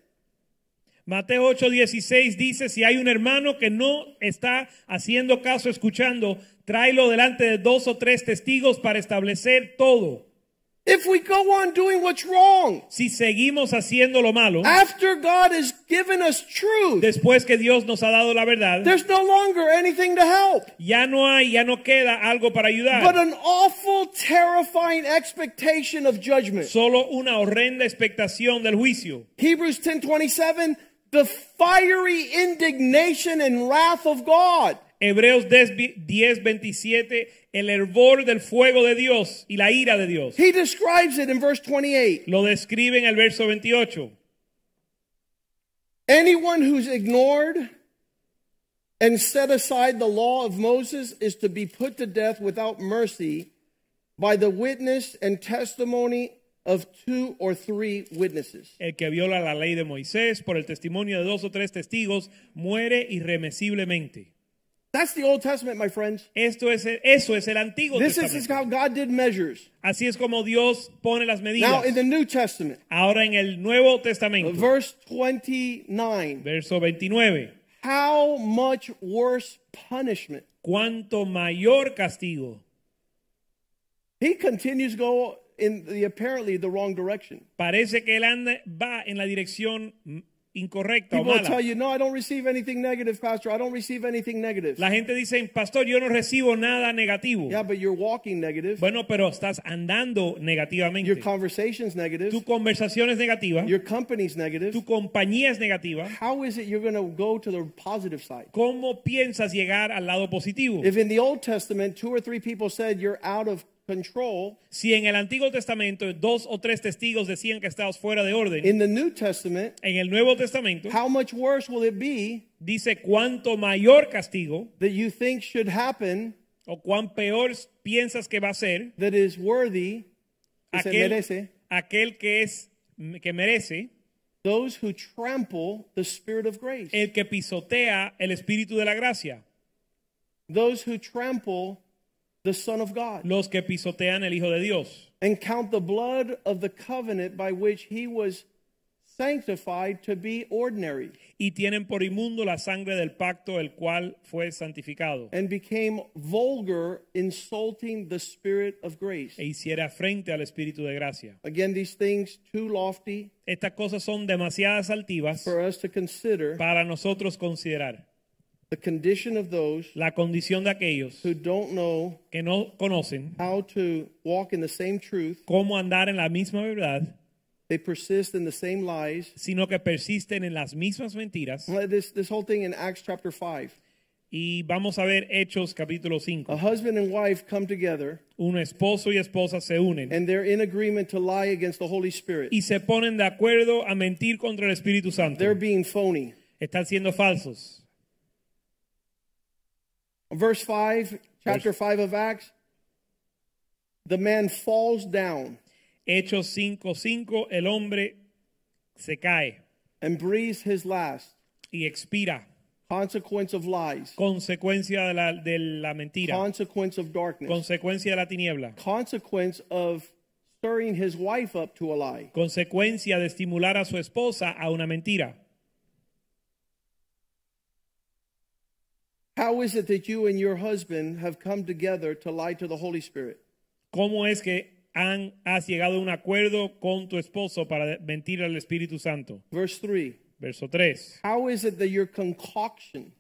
Mateo 8:16 dice, si hay un hermano que no está haciendo caso, escuchando, tráelo delante de dos o tres testigos para establecer todo.
If we go on doing what's wrong,
Si seguimos haciendo lo malo,
after God has given us truth,
después que Dios nos ha dado la verdad,
There's no longer anything to help
ya no hay, ya no queda algo para
but
ayudar.
an awful, terrifying expectation of judgment.
Solo una horrenda expectación del juicio.
Hebrews 10:27, the fiery indignation and wrath of God.
Hebreos 10:27, el hervor del fuego de Dios y la ira de Dios.
He describes it in verse 28.
Lo describe en el verso 28.
Anyone who's ignored and set aside the law of Moses is to be put to death without mercy by the witness and testimony of two or three witnesses.
El que viola la ley de Moisés por el testimonio de dos o tres testigos muere irremisiblemente.
That's the Old Testament, my friends.
Esto es, eso es el Antiguo
This is
Testamento.
how God did measures.
Así es como Dios pone las
Now,
medidas.
in the New Testament,
Ahora en el Nuevo Testamento,
verse 29,
verso 29,
how much worse punishment.
cuánto mayor castigo.
He continues to go in the apparently the wrong direction.
Parece que él anda, va en la dirección mm, incorrecta o
People will tell
mala.
you, no, I don't receive anything negative, Pastor. I don't receive anything negative.
La gente dice, pastor, yo no recibo nada negativo.
Yeah, but you're walking negative.
Bueno, pero estás andando
Your
negativamente.
conversation's
Tu
negative.
conversación es negativa,
Your company's
tu
negative.
compañía es negativa.
How is it you're going to go to the positive side?
¿Cómo piensas llegar al lado positivo?
If in the Old Testament, two or three people said you're out of control,
Si en el Antiguo Testamento dos o tres testigos decían que estabas fuera de orden,
in the New Testament,
en el Nuevo Testamento
how much worse will it be
dice cuánto mayor castigo
that you think should happen
o cuán peor piensas que va a ser
that is worthy que se merece
aquel, aquel que es que merece
those who trample the spirit of grace
el que pisotea el espíritu de la gracia,
those who trample the son of god
los que pisotean el hijo de Dios
and count the blood of the covenant by which he was sanctified to be ordinary
y tienen por inmundo la sangre del pacto el cual fue santificado
and became vulgar insulting the spirit of grace
e hiciera frente al espíritu de gracia.
again these things too lofty
Estas cosas son demasiadas altivas
for us to consider
para nosotros considerar
the condition of those
la condición de aquellos
who don't know
que no conocen
how to walk in the same truth
cómo andar en la misma verdad,
they persist in the same lies
sino que persisten en las mismas mentiras.
Well, This, this whole thing in Acts chapter 5.
Y vamos a ver Hechos capítulo 5.
A husband and wife come together
Un esposo y esposa se unen
and they're in agreement to lie against the Holy Spirit.
y se ponen de acuerdo a mentir contra el Espíritu Santo.
They're being phony.
Están siendo falsos.
Verse 5, chapter 5 of Acts. The man falls down
Hechos 5, 5, el hombre se cae
and breathes his last.
y expira.
Consequence of lies.
Consecuencia de la, de la mentira.
Consequence of darkness.
Consecuencia de la tiniebla.
Consequence of stirring his wife up to a lie.
Consecuencia de estimular a su esposa a una mentira.
How is it that you and your husband have come together to lie to the Holy Spirit?
¿Cómo es que han, has llegado a un acuerdo con tu esposo para de- mentir al Espíritu Santo?
Verse 3.
Verso 3.
How is it that your concoction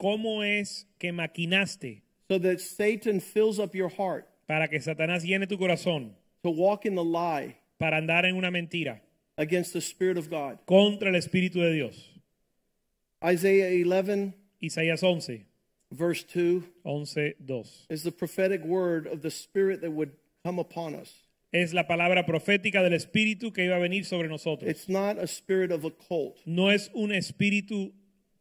¿Cómo es que maquinaste
so that Satan fills up your heart
para que Satanás llene tu corazón
to walk in the lie
para andar en una mentira?
against the Spirit of God.
contra el Espíritu de Dios.
Isaiah 11,
Isaías 11,
verse 2,
11, 2.
is the prophetic word of the Spirit that would come upon us.
Es la palabra profética del Espíritu que iba a venir sobre nosotros.
It's not a spirit of a cult.
No es un espíritu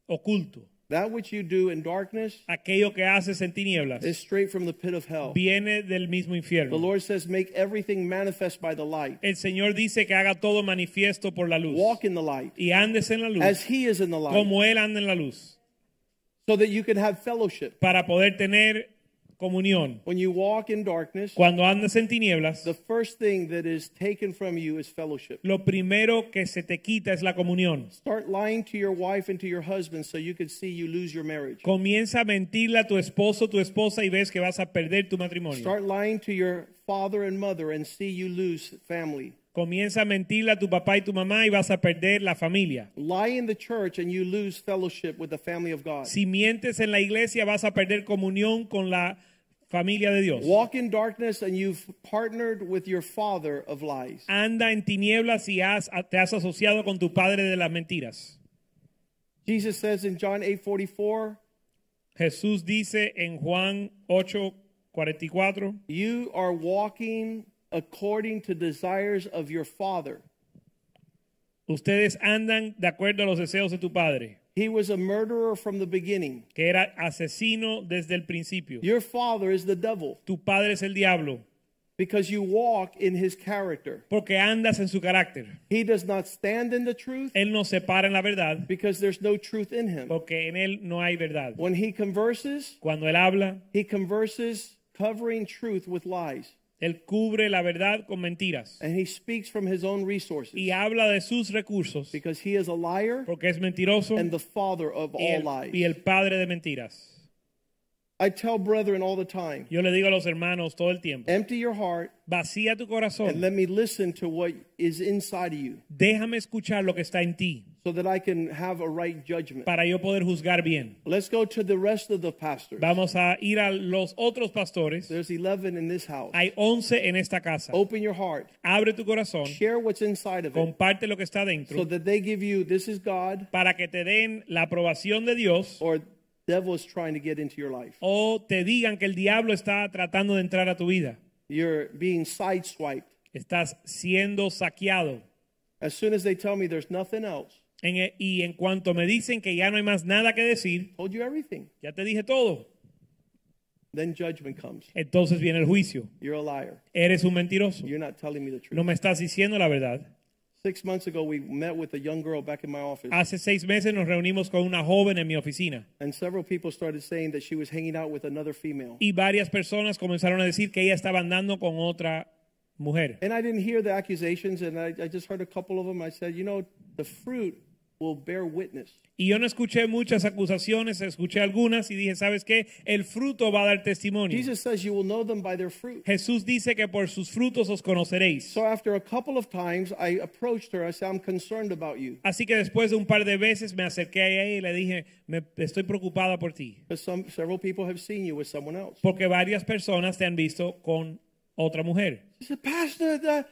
oculto.
That which you do in darkness
Aquello que haces en tinieblas
is straight from the pit of hell.
viene del mismo
The
infierno.
Lord says, make everything manifest by the light.
El Señor dice que haga todo manifiesto por la luz
Walk in the light
y andes en la luz
as He is in the light,
como Él anda en la luz
so that you can have fellowship.
para poder tener comunión.
When you walk in darkness,
Cuando andas en tinieblas,
the first thing that is taken from you is fellowship.
lo primero que se te quita es la comunión.
Start lying to your wife and to your husband so you can see you lose your marriage.
Comienza a mentirle a tu esposo, tu esposa y ves que vas a perder tu matrimonio.
Start lying to your father and mother and see you lose family.
Comienza a mentirle a tu papá y tu mamá y vas a perder la familia.
Lie in the church and you lose fellowship with the family of God.
Si mientes en la iglesia vas a perder comunión con la familia de Dios.
Walk in darkness and you've partnered with your father of lies.
Anda en tinieblas y has- te has asociado con tu padre de las mentiras.
Jesus says in John 8:44,
Jesús dice en Juan 8, 44,
you are walking according to desires of your father.
ustedes andan de acuerdo a los deseos de tu padre,
He was a murderer from the beginning.
que era asesino desde el principio.
Your father is the devil
Tu padre es el diablo,
because you walk in his character.
porque andas en su carácter.
He does not stand in the truth
Él no se para en la verdad
because there's no truth in him.
porque en él no hay verdad.
When he converses,
Cuando él habla,
he converses covering truth with lies,
él cubre la verdad con mentiras
and he speaks from his own resources
y habla de sus recursos
because he is a liar
porque es mentiroso
and the father of
y
all
el,
lies.
y el padre de mentiras.
I tell brethren all the time,
Yo le digo a los hermanos todo el tiempo,
empty your heart
vacía tu
and
corazón,
let me listen to what is inside of you
déjame escuchar lo que está en ti
so that I can have a right judgment.
para yo poder juzgar bien.
Let's go to the rest of the pastors.
Vamos a ir a los otros pastores.
There's 11 in this house.
Hay 11 en esta casa.
Open your heart.
Abre tu corazón,
Share what's inside of it
comparte lo que está
so
dentro
that they give you this is God
para que te den la aprobación de Dios
or devil is trying to get into your life.
o te digan que el diablo está tratando de entrar a tu vida.
You're being sideswiped.
Estás siendo saqueado.
As soon as they tell me there's nothing else,
En e- y en cuanto me dicen que ya no hay más nada que decir,
told you everything.
ya te dije todo.
Then judgment comes.
Entonces viene el juicio.
You're a liar.
Eres un mentiroso.
You're not telling me the truth.
No me estás diciendo la verdad.
Six months ago, we met with a young girl back in my office,
Hace seis meses nos reunimos con una joven en mi oficina
and several people started saying that she was hanging out with another female.
y varias personas comenzaron a decir que ella estaba andando con otra mujer.
And I didn't hear the accusations, and I, I just heard a couple of them. I said, you know, the fruit will bear witness.
Y yo no escuché muchas acusaciones, escuché algunas y dije, ¿sabes qué? El fruto va a dar testimonio.
Jesus says you will know them by their fruit.
Jesús dice que por sus frutos os conoceréis.
So after a couple of times, I approached her. I said, I'm concerned about you.
Así que después de un par de veces me acerqué a ella y le dije, me, estoy preocupada por ti,
Because some, several people have seen you with someone else.
porque varias personas te han visto con otra mujer.
She said, Pastor, that,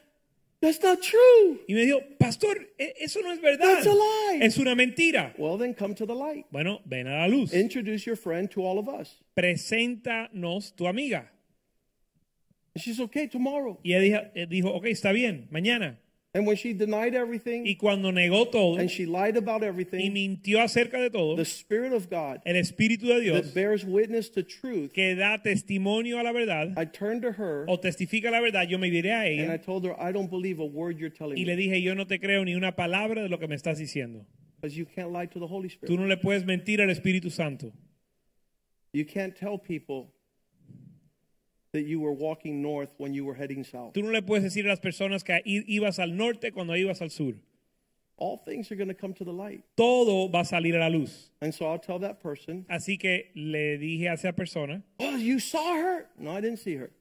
that's not true.
Y me dijo, pastor, e- eso no es verdad.
That's a lie.
Es una mentira.
Well, then come to the light.
Bueno, ven a la luz.
Introduce your friend to all of us.
Preséntanos tu amiga.
And she said, okay, tomorrow.
Y ella dijo, eh, dijo, ok, está bien, mañana.
And when she denied everything
Y cuando negó todo
and she lied about
y
everything,
mintió acerca de todo,
the Spirit of God
el Espíritu de
that
Dios
bears witness to truth,
que da testimonio a la verdad
I turned to her
o testifica la verdad, yo me diré a
and I
ella
told her, I don't believe a word you're telling
y le
me
dije, yo no te creo ni una palabra de lo que me estás diciendo.
because you can't lie to the Holy
Tú
Spirit.
no le puedes mentir al Espíritu Santo.
You can't tell people that you were walking north when you were heading south.
Tú no le puedes decir a las personas que i- ibas al norte cuando ibas al sur.
All things are going to come to the light.
Todo va a salir a la luz.
And so I'll tell that person,
Así que le dije a esa persona,
Oh, you saw her? No, I didn't see her.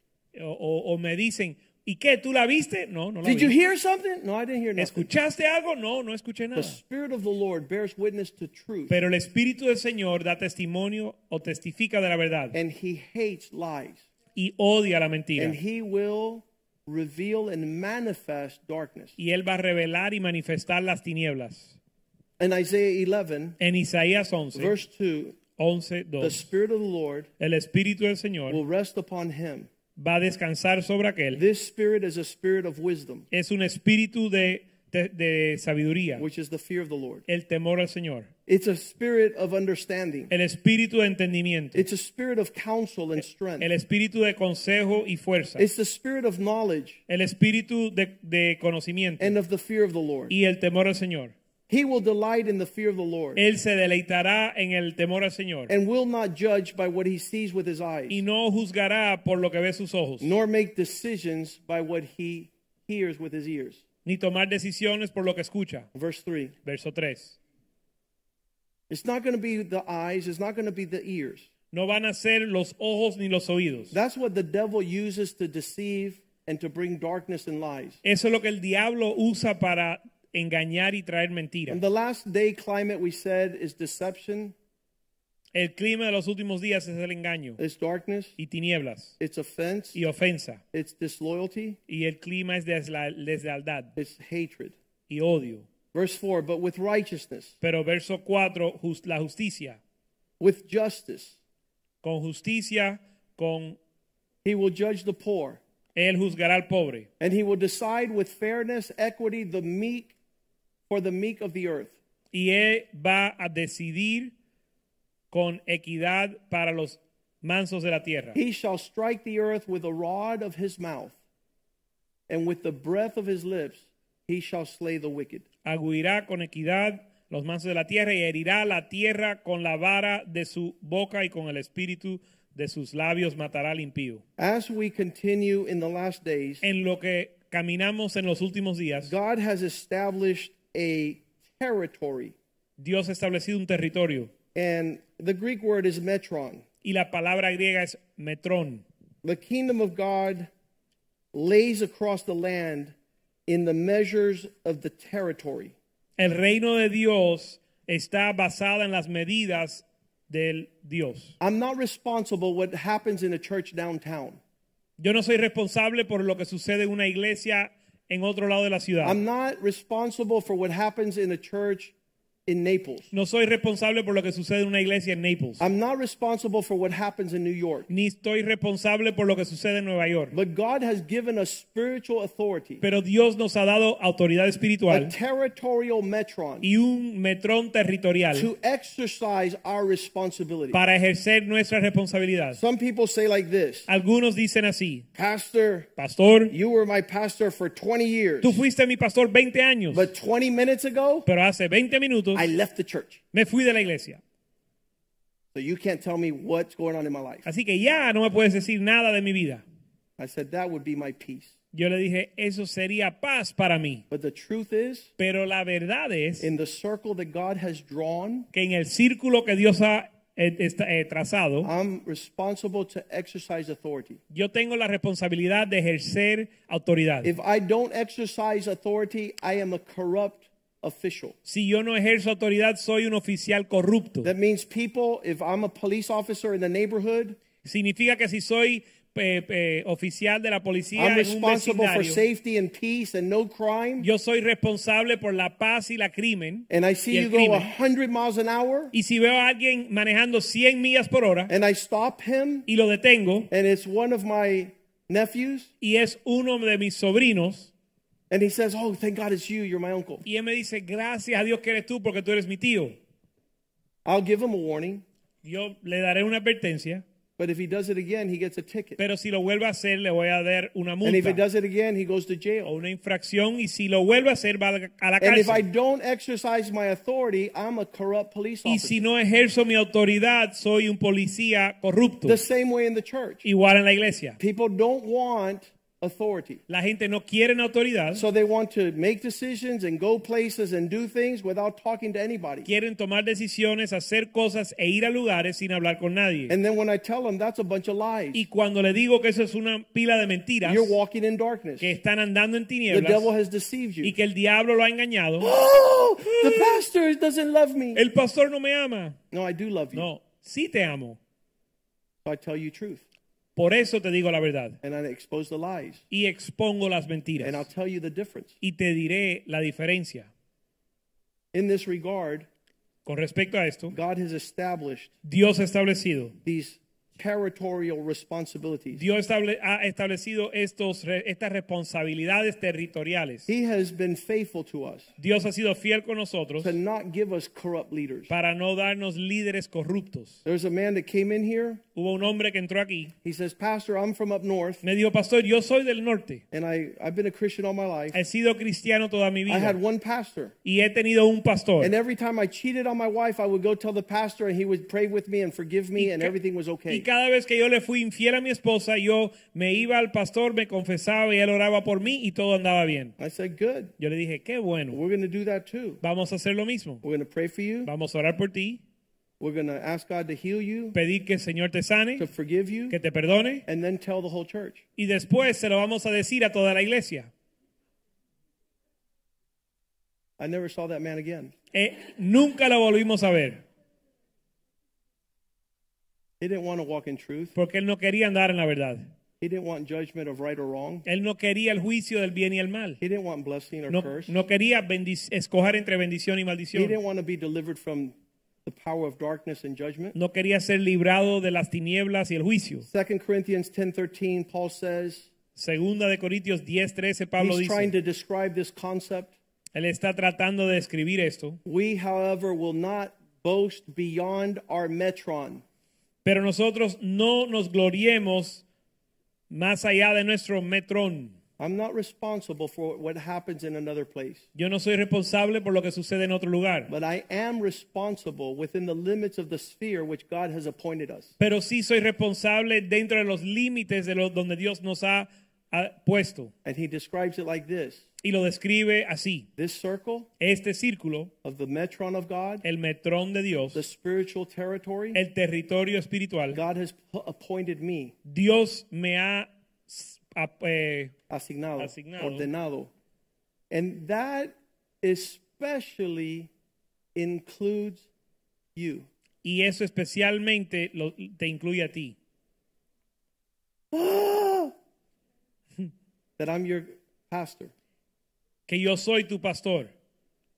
o, o- o me dicen, ¿y qué? ¿Tú la viste? No, no la
Did you
vi.
hear something? No, I didn't hear nothing.
¿Escuchaste algo? No, no escuché
The
nada.
Spirit of the Lord bears witness to truth,
Hmm. Pero el Espíritu del Señor da testimonio o testifica de la verdad
and He hates lies,
y odia la mentira.
and He will reveal and manifest darkness.
y él va a revelar y manifestar las tinieblas.
In Isaiah 11,
En Isaías 11,
verse 2,
11,
the
2,
Spirit of the Lord
el Espíritu del Señor
will rest upon him.
va a descansar sobre aquel.
This spirit is a spirit of wisdom,
Es un espíritu de, de- de sabiduría,
which is the fear of the Lord.
el temor al Señor,
It's a spirit of understanding.
el espíritu de entendimiento,
It's a spirit of counsel and strength.
el espíritu de consejo y fuerza,
It's the spirit of knowledge
el espíritu de, de conocimiento
and of the fear of the Lord.
y el temor al Señor.
He will delight in the fear of the Lord
Él se deleitará en el temor al Señor
and will not judge by what he sees with his eyes,
y no juzgará por lo que ve sus ojos,
nor make decisions by what he hears with his ears.
ni tomar decisiones por lo que escucha.
Verse 3.
Verso 3.
It's not going to be the eyes, it's not going to be the ears.
No van a ser los ojos ni los oídos.
That's what the devil uses to deceive and to bring darkness and lies.
Eso es lo que el diablo usa para engañar y traer mentira.
And the last day climate we said is deception,
El clima de los últimos días es el engaño
it's darkness,
y tinieblas
it's offense,
y ofensa.
it's disloyalty,
Y el clima es desla- deslealtad
it's hatred.
y odio.
Verse 4 But with righteousness,
Pero verso 4, jus- la justicia.
with justice,
Con justicia, con
he will judge the poor,
él juzgará al pobre.
and he will decide with fairness, equity, the meek for the meek of the earth.
Y él va a decidir con equidad para los mansos de la tierra.
He shall strike the earth with a rod of his mouth, and with the breath of his lips he shall slay the wicked.
Agüirá con equidad los mansos de la tierra y herirá la tierra con la vara de su boca y con el espíritu de sus labios matará al impío.
As we continue in the last days,
En lo que caminamos en los últimos días,
God has established a territory,
Dios ha establecido un territorio
and the Greek word is metron.
y la palabra griega es metrón.
The kingdom of God lays across the land in the measures of the territory.
El reino de Dios está basada en las medidas del Dios.
I'm not responsible what happens in a church downtown.
Yo no soy responsable por lo que sucede en una iglesia en otro lado de la ciudad.
I'm not responsible for what happens in a church in Naples.
No soy responsable por lo que sucede en una iglesia en Naples.
I'm not responsible for what happens in New York.
ni estoy responsable por lo que sucede en Nueva York.
But God has given us spiritual authority,
Pero Dios nos ha dado autoridad
a
espiritual
territorial metron
y un metrón territorial
to exercise our responsibility.
para ejercer nuestra responsabilidad.
Some people say like this,
Algunos dicen así,
Pastor,
pastor,
you were my pastor for 20 years,
tú fuiste mi pastor 20 años,
but 20 minutes ago,
pero hace 20 minutos
I left the church.
me fui de la iglesia.
So you can't tell me what's going on in my life.
Así que ya no me puedes decir nada de mi vida.
I said, that would be my peace.
Yo le dije, eso sería paz para mí.
But the truth is,
Pero la verdad es
in the circle that God has drawn,
que en el círculo que Dios ha eh, esta- eh, trazado,
I'm responsible to exercise authority.
yo tengo la responsabilidad de ejercer autoridad.
If I don't exercise authority, I am a corrupt official.
Si yo no ejerzo autoridad, soy un oficial corrupto.
That means people, if I'm a police officer in the neighborhood,
Significa que si soy eh, eh, oficial de la policía
I'm
en un
responsible for
vecindario,
safety and peace and no crime.
yo soy responsable por la paz y la crimen.
and I
y
see
el
you go
crimen.
100 miles an hour
Y si veo a alguien manejando 100 millas por hora
and I stop him
y lo detengo
and it's one of my nephews
y es uno de mis sobrinos
and he says, "Oh, thank God it's you, you're my uncle."
y él me dice, gracias a Dios que eres tú porque tú eres mi tío,
I'll give him a warning,
yo le daré una advertencia,
but if he does it again, he gets a ticket.
pero si lo vuelve a hacer le voy a dar una
and if he
multa
does it again, he goes to
o
jail.
una infracción y si lo vuelve a hacer va a la- a la
And if
cárcel.
I don't exercise my authority, I'm a corrupt police
Y
officer.
si no ejerzo mi autoridad, soy un policía corrupto.
the same way in the church.
Igual en la iglesia.
People don't want authority.
La gente no quiere una autoridad.
So they want to make decisions and go places and do things without talking to anybody.
quieren tomar decisiones, hacer cosas e ir a lugares sin hablar con nadie.
And then when I tell them that's a bunch of lies,
y cuando le digo que eso es una pila de mentiras,
you're walking in darkness.
que están andando en
The
tinieblas
devil has deceived
y
you.
que el diablo lo ha engañado,
Oh, the pastor doesn't love me.
el pastor no me ama.
No, I do love you.
No, sí te amo.
So I tell you truth.
Por eso te digo la verdad
and I expose the lies.
y expongo las
And I'll
mentiras
tell you the difference.
y te diré la diferencia.
In this regard,
Con respecto a esto,
God has established
Dios ha establecido,
these territorial responsibilities.
Dios estable- ha establecido estos, re- estas responsabilidades territoriales.
He has been faithful to us
Dios ha sido fiel con nosotros
to not give us corrupt leaders.
para no darnos líderes corruptos.
There's a man that came in here.
Hubo un hombre que entró aquí,
He says, Pastor, I'm from up north,
me dijo, pastor, yo soy del norte,
and I, I've been a Christian all my life.
he sido cristiano toda mi
I
vida
had one pastor.
y he tenido un pastor.
And every time I cheated on my wife, I would go tell the pastor, and he would pray with me and forgive me, and
ca-
everything was
Y
okay.
cada vez que yo le fui infiel a mi esposa, yo me iba al pastor, me confesaba y él oraba por mí y todo andaba bien.
I said, Good.
Yo le dije, qué bueno,
We're going to do that too.
vamos a hacer lo mismo.
We're going to pray for you.
Vamos a orar por ti,
We're going to ask God to heal you,
pedir que el Señor te sane,
to forgive you,
que te perdone
and then tell the whole church.
y después se lo vamos a decir a toda la iglesia.
I never saw that man again.
Eh, nunca lo volvimos a ver
He didn't want to walk in truth.
porque él no quería andar en la verdad.
He didn't want judgment of right or wrong.
Él no quería el juicio del bien y el mal.
He didn't want blessing or
No,
curse.
no quería bendic- escoger entre bendición y
He
maldición.
didn't want to be delivered from the power of darkness and judgment.
No quería ser librado de las tinieblas y el juicio.
Second Corinthians 10:13 Paul says
Segunda de Corintios 10:13 Pablo
he's trying
dice,
to describe this concept.
él está tratando de describir esto,
We however will not boast beyond our metron.
pero nosotros no nos gloriemos más allá de nuestro metrón.
I'm not responsible for what happens in another place,
Yo no soy responsable por lo que sucede en otro lugar,
but I am responsible within the limits of the sphere which God has appointed us.
pero sí soy responsable dentro de los límites de los donde Dios nos ha, ha puesto.
And he describes it like this.
Y lo describe así.
This circle
Este círculo,
of the metron of God,
el metrón de
the
Dios,
spiritual territory,
el territorio espiritual,
God has p- appointed me,
Dios me ha s- a- eh,
asignado,
Asignado.
ordenado. And that especially includes you.
y eso especialmente lo- te incluye a ti.
that I'm your pastor,
que yo soy tu pastor,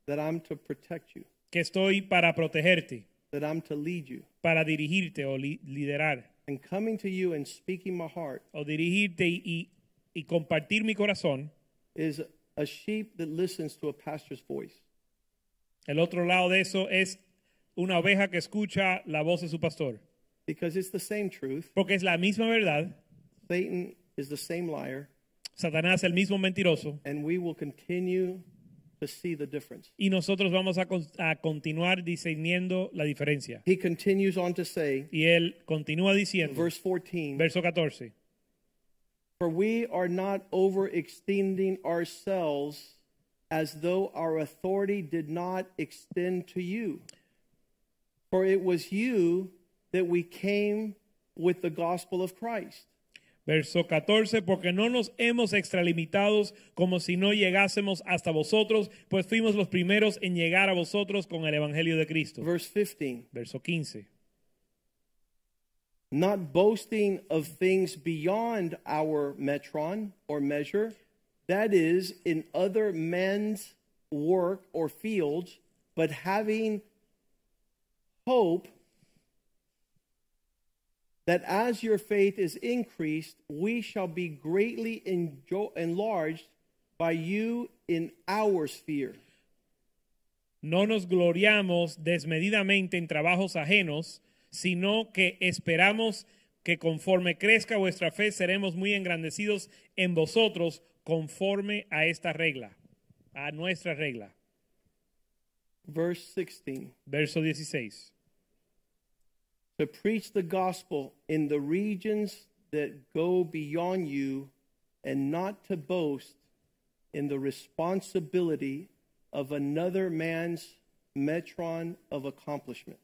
that I'm to protect you,
que estoy para protegerte,
that I'm to lead you.
para dirigirte o li- liderar,
And coming to you and speaking my heart
o dirigirte y, y- y compartir mi corazón.
is a sheep that listens to a pastor's voice.
El otro lado de eso es una oveja que escucha la voz de su pastor,
Because it's the same truth.
porque es la misma verdad.
Satan is the same liar,
Satanás el mismo mentiroso
and we will continue to see the difference.
y nosotros vamos a, con- a continuar discerniendo la diferencia.
He continues on to say,
Y él continúa diciendo,
verse 14,
verso 14,
for we are not overextending ourselves as though our authority did not extend to you. For it was you that we came with the gospel of Christ.
Verso 14, porque no nos hemos extralimitados como si no llegásemos hasta vosotros, pues fuimos los primeros en llegar a vosotros con el Evangelio de Cristo.
Verse 15,
Verso 15,
not boasting of things beyond our metron or measure, that is, in other men's work or fields, but having hope that as your faith is increased, we shall be greatly enjo- enlarged by you in our sphere.
no nos gloriamos desmedidamente en trabajos ajenos, sino que esperamos que conforme crezca vuestra fe seremos muy engrandecidos en vosotros conforme a esta regla, a nuestra regla.
Verse 16.
Verso 16.
to preach the gospel in the regions that go beyond you and not to boast in the responsibility of another man's metron of accomplishment.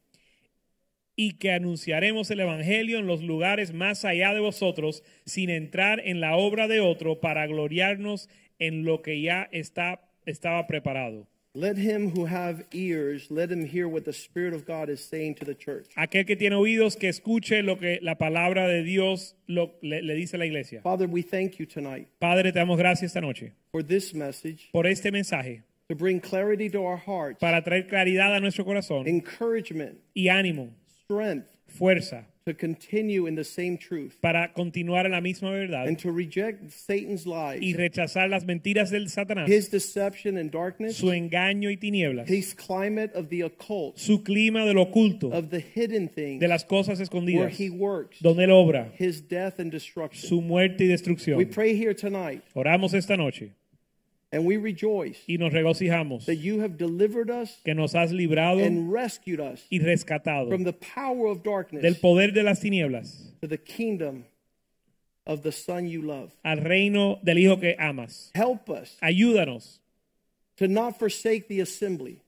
y que anunciaremos el Evangelio en los lugares más allá de vosotros, sin entrar en la obra de otro para gloriarnos en lo que ya está, estaba preparado.
Let him who have ears, let him hear what the Spirit of God is saying to the church.
Aquel que tiene oídos que escuche lo que la palabra de Dios lo- le, le dice a la iglesia.
Father, we thank you tonight
Padre, te damos gracias esta noche
for this message
por este mensaje
to bring clarity to our hearts,
para traer claridad a nuestro corazón
encouragement,
y ánimo,
strength
fuerza
to continue in the same truth
para continuar en la misma verdad
and to reject Satan's lies,
y rechazar las mentiras del Satanás,
his deception and darkness,
su engaño y tinieblas,
his climate of the occult,
su clima del oculto,
of the hidden things
de las cosas
where
escondidas,
he works,
donde él obra,
his death and destruction.
su muerte y
We
destrucción.
pray here tonight
Oramos esta noche
and we rejoice
y nos regocijamos
that you have delivered us
que nos has librado
and rescued us
y rescatado
from the power of
del
darkness
poder de las tinieblas
to the kingdom of the Son you love.
al reino del Hijo que amas.
Help us
Ayúdanos
to not forsake the assembly.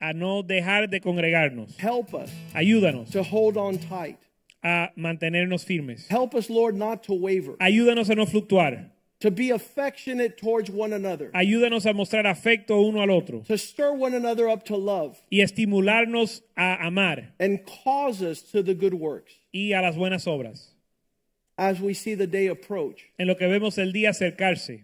a no dejar de congregarnos.
Help us
Ayúdanos
to hold on tight.
a mantenernos firmes.
Help us, Lord, not to waver,
Ayúdanos a no fluctuar.
to be affectionate towards one another,
Ayúdanos a mostrar afecto uno al otro
to stir one another up to love,
y estimularnos a amar
and cause us to the good works
y a las buenas obras.
as we see the day approach,
En lo que vemos el día acercarse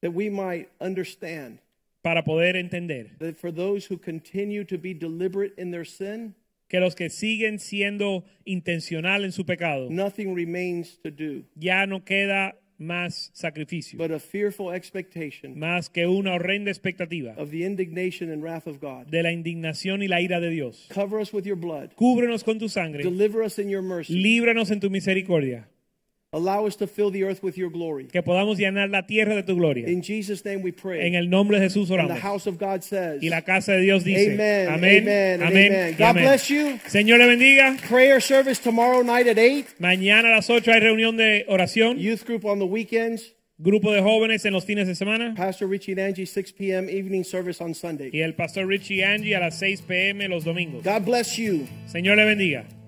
that we might understand
para poder entender
that for those who continue to be deliberate in their sin,
que los que siguen siendo intencional en su pecado
nothing remains to do
ya no queda más sacrificio,
but a fearful expectation
más que una horrenda expectativa
of the indignation and wrath of God.
de la indignación y la ira de Dios.
Cover us with your blood.
Cúbrenos con tu sangre,
Deliver us in your mercy.
líbranos en tu misericordia,
Allow us to fill the earth with your glory.
que podamos llenar la tierra de tu gloria.
In Jesus' name we
En
pray.
el nombre de Jesús
And the
oramos.
house of God says,
Y la casa de Dios dice,
Amen,
amén,
amen, and
amén,
amen.
y
God
amén.
bless you.
Señor le bendiga.
prayer service tomorrow night at 8,
Mañana a las 8 hay reunión de oración,
youth group on the weekends,
grupo de jóvenes en los fines de semana.
Pastor Richie and Angie, 6 p.m., evening service on Sunday.
Y el pastor Richie Angie a las 6 pm los domingos.
God bless you.
Señor le bendiga.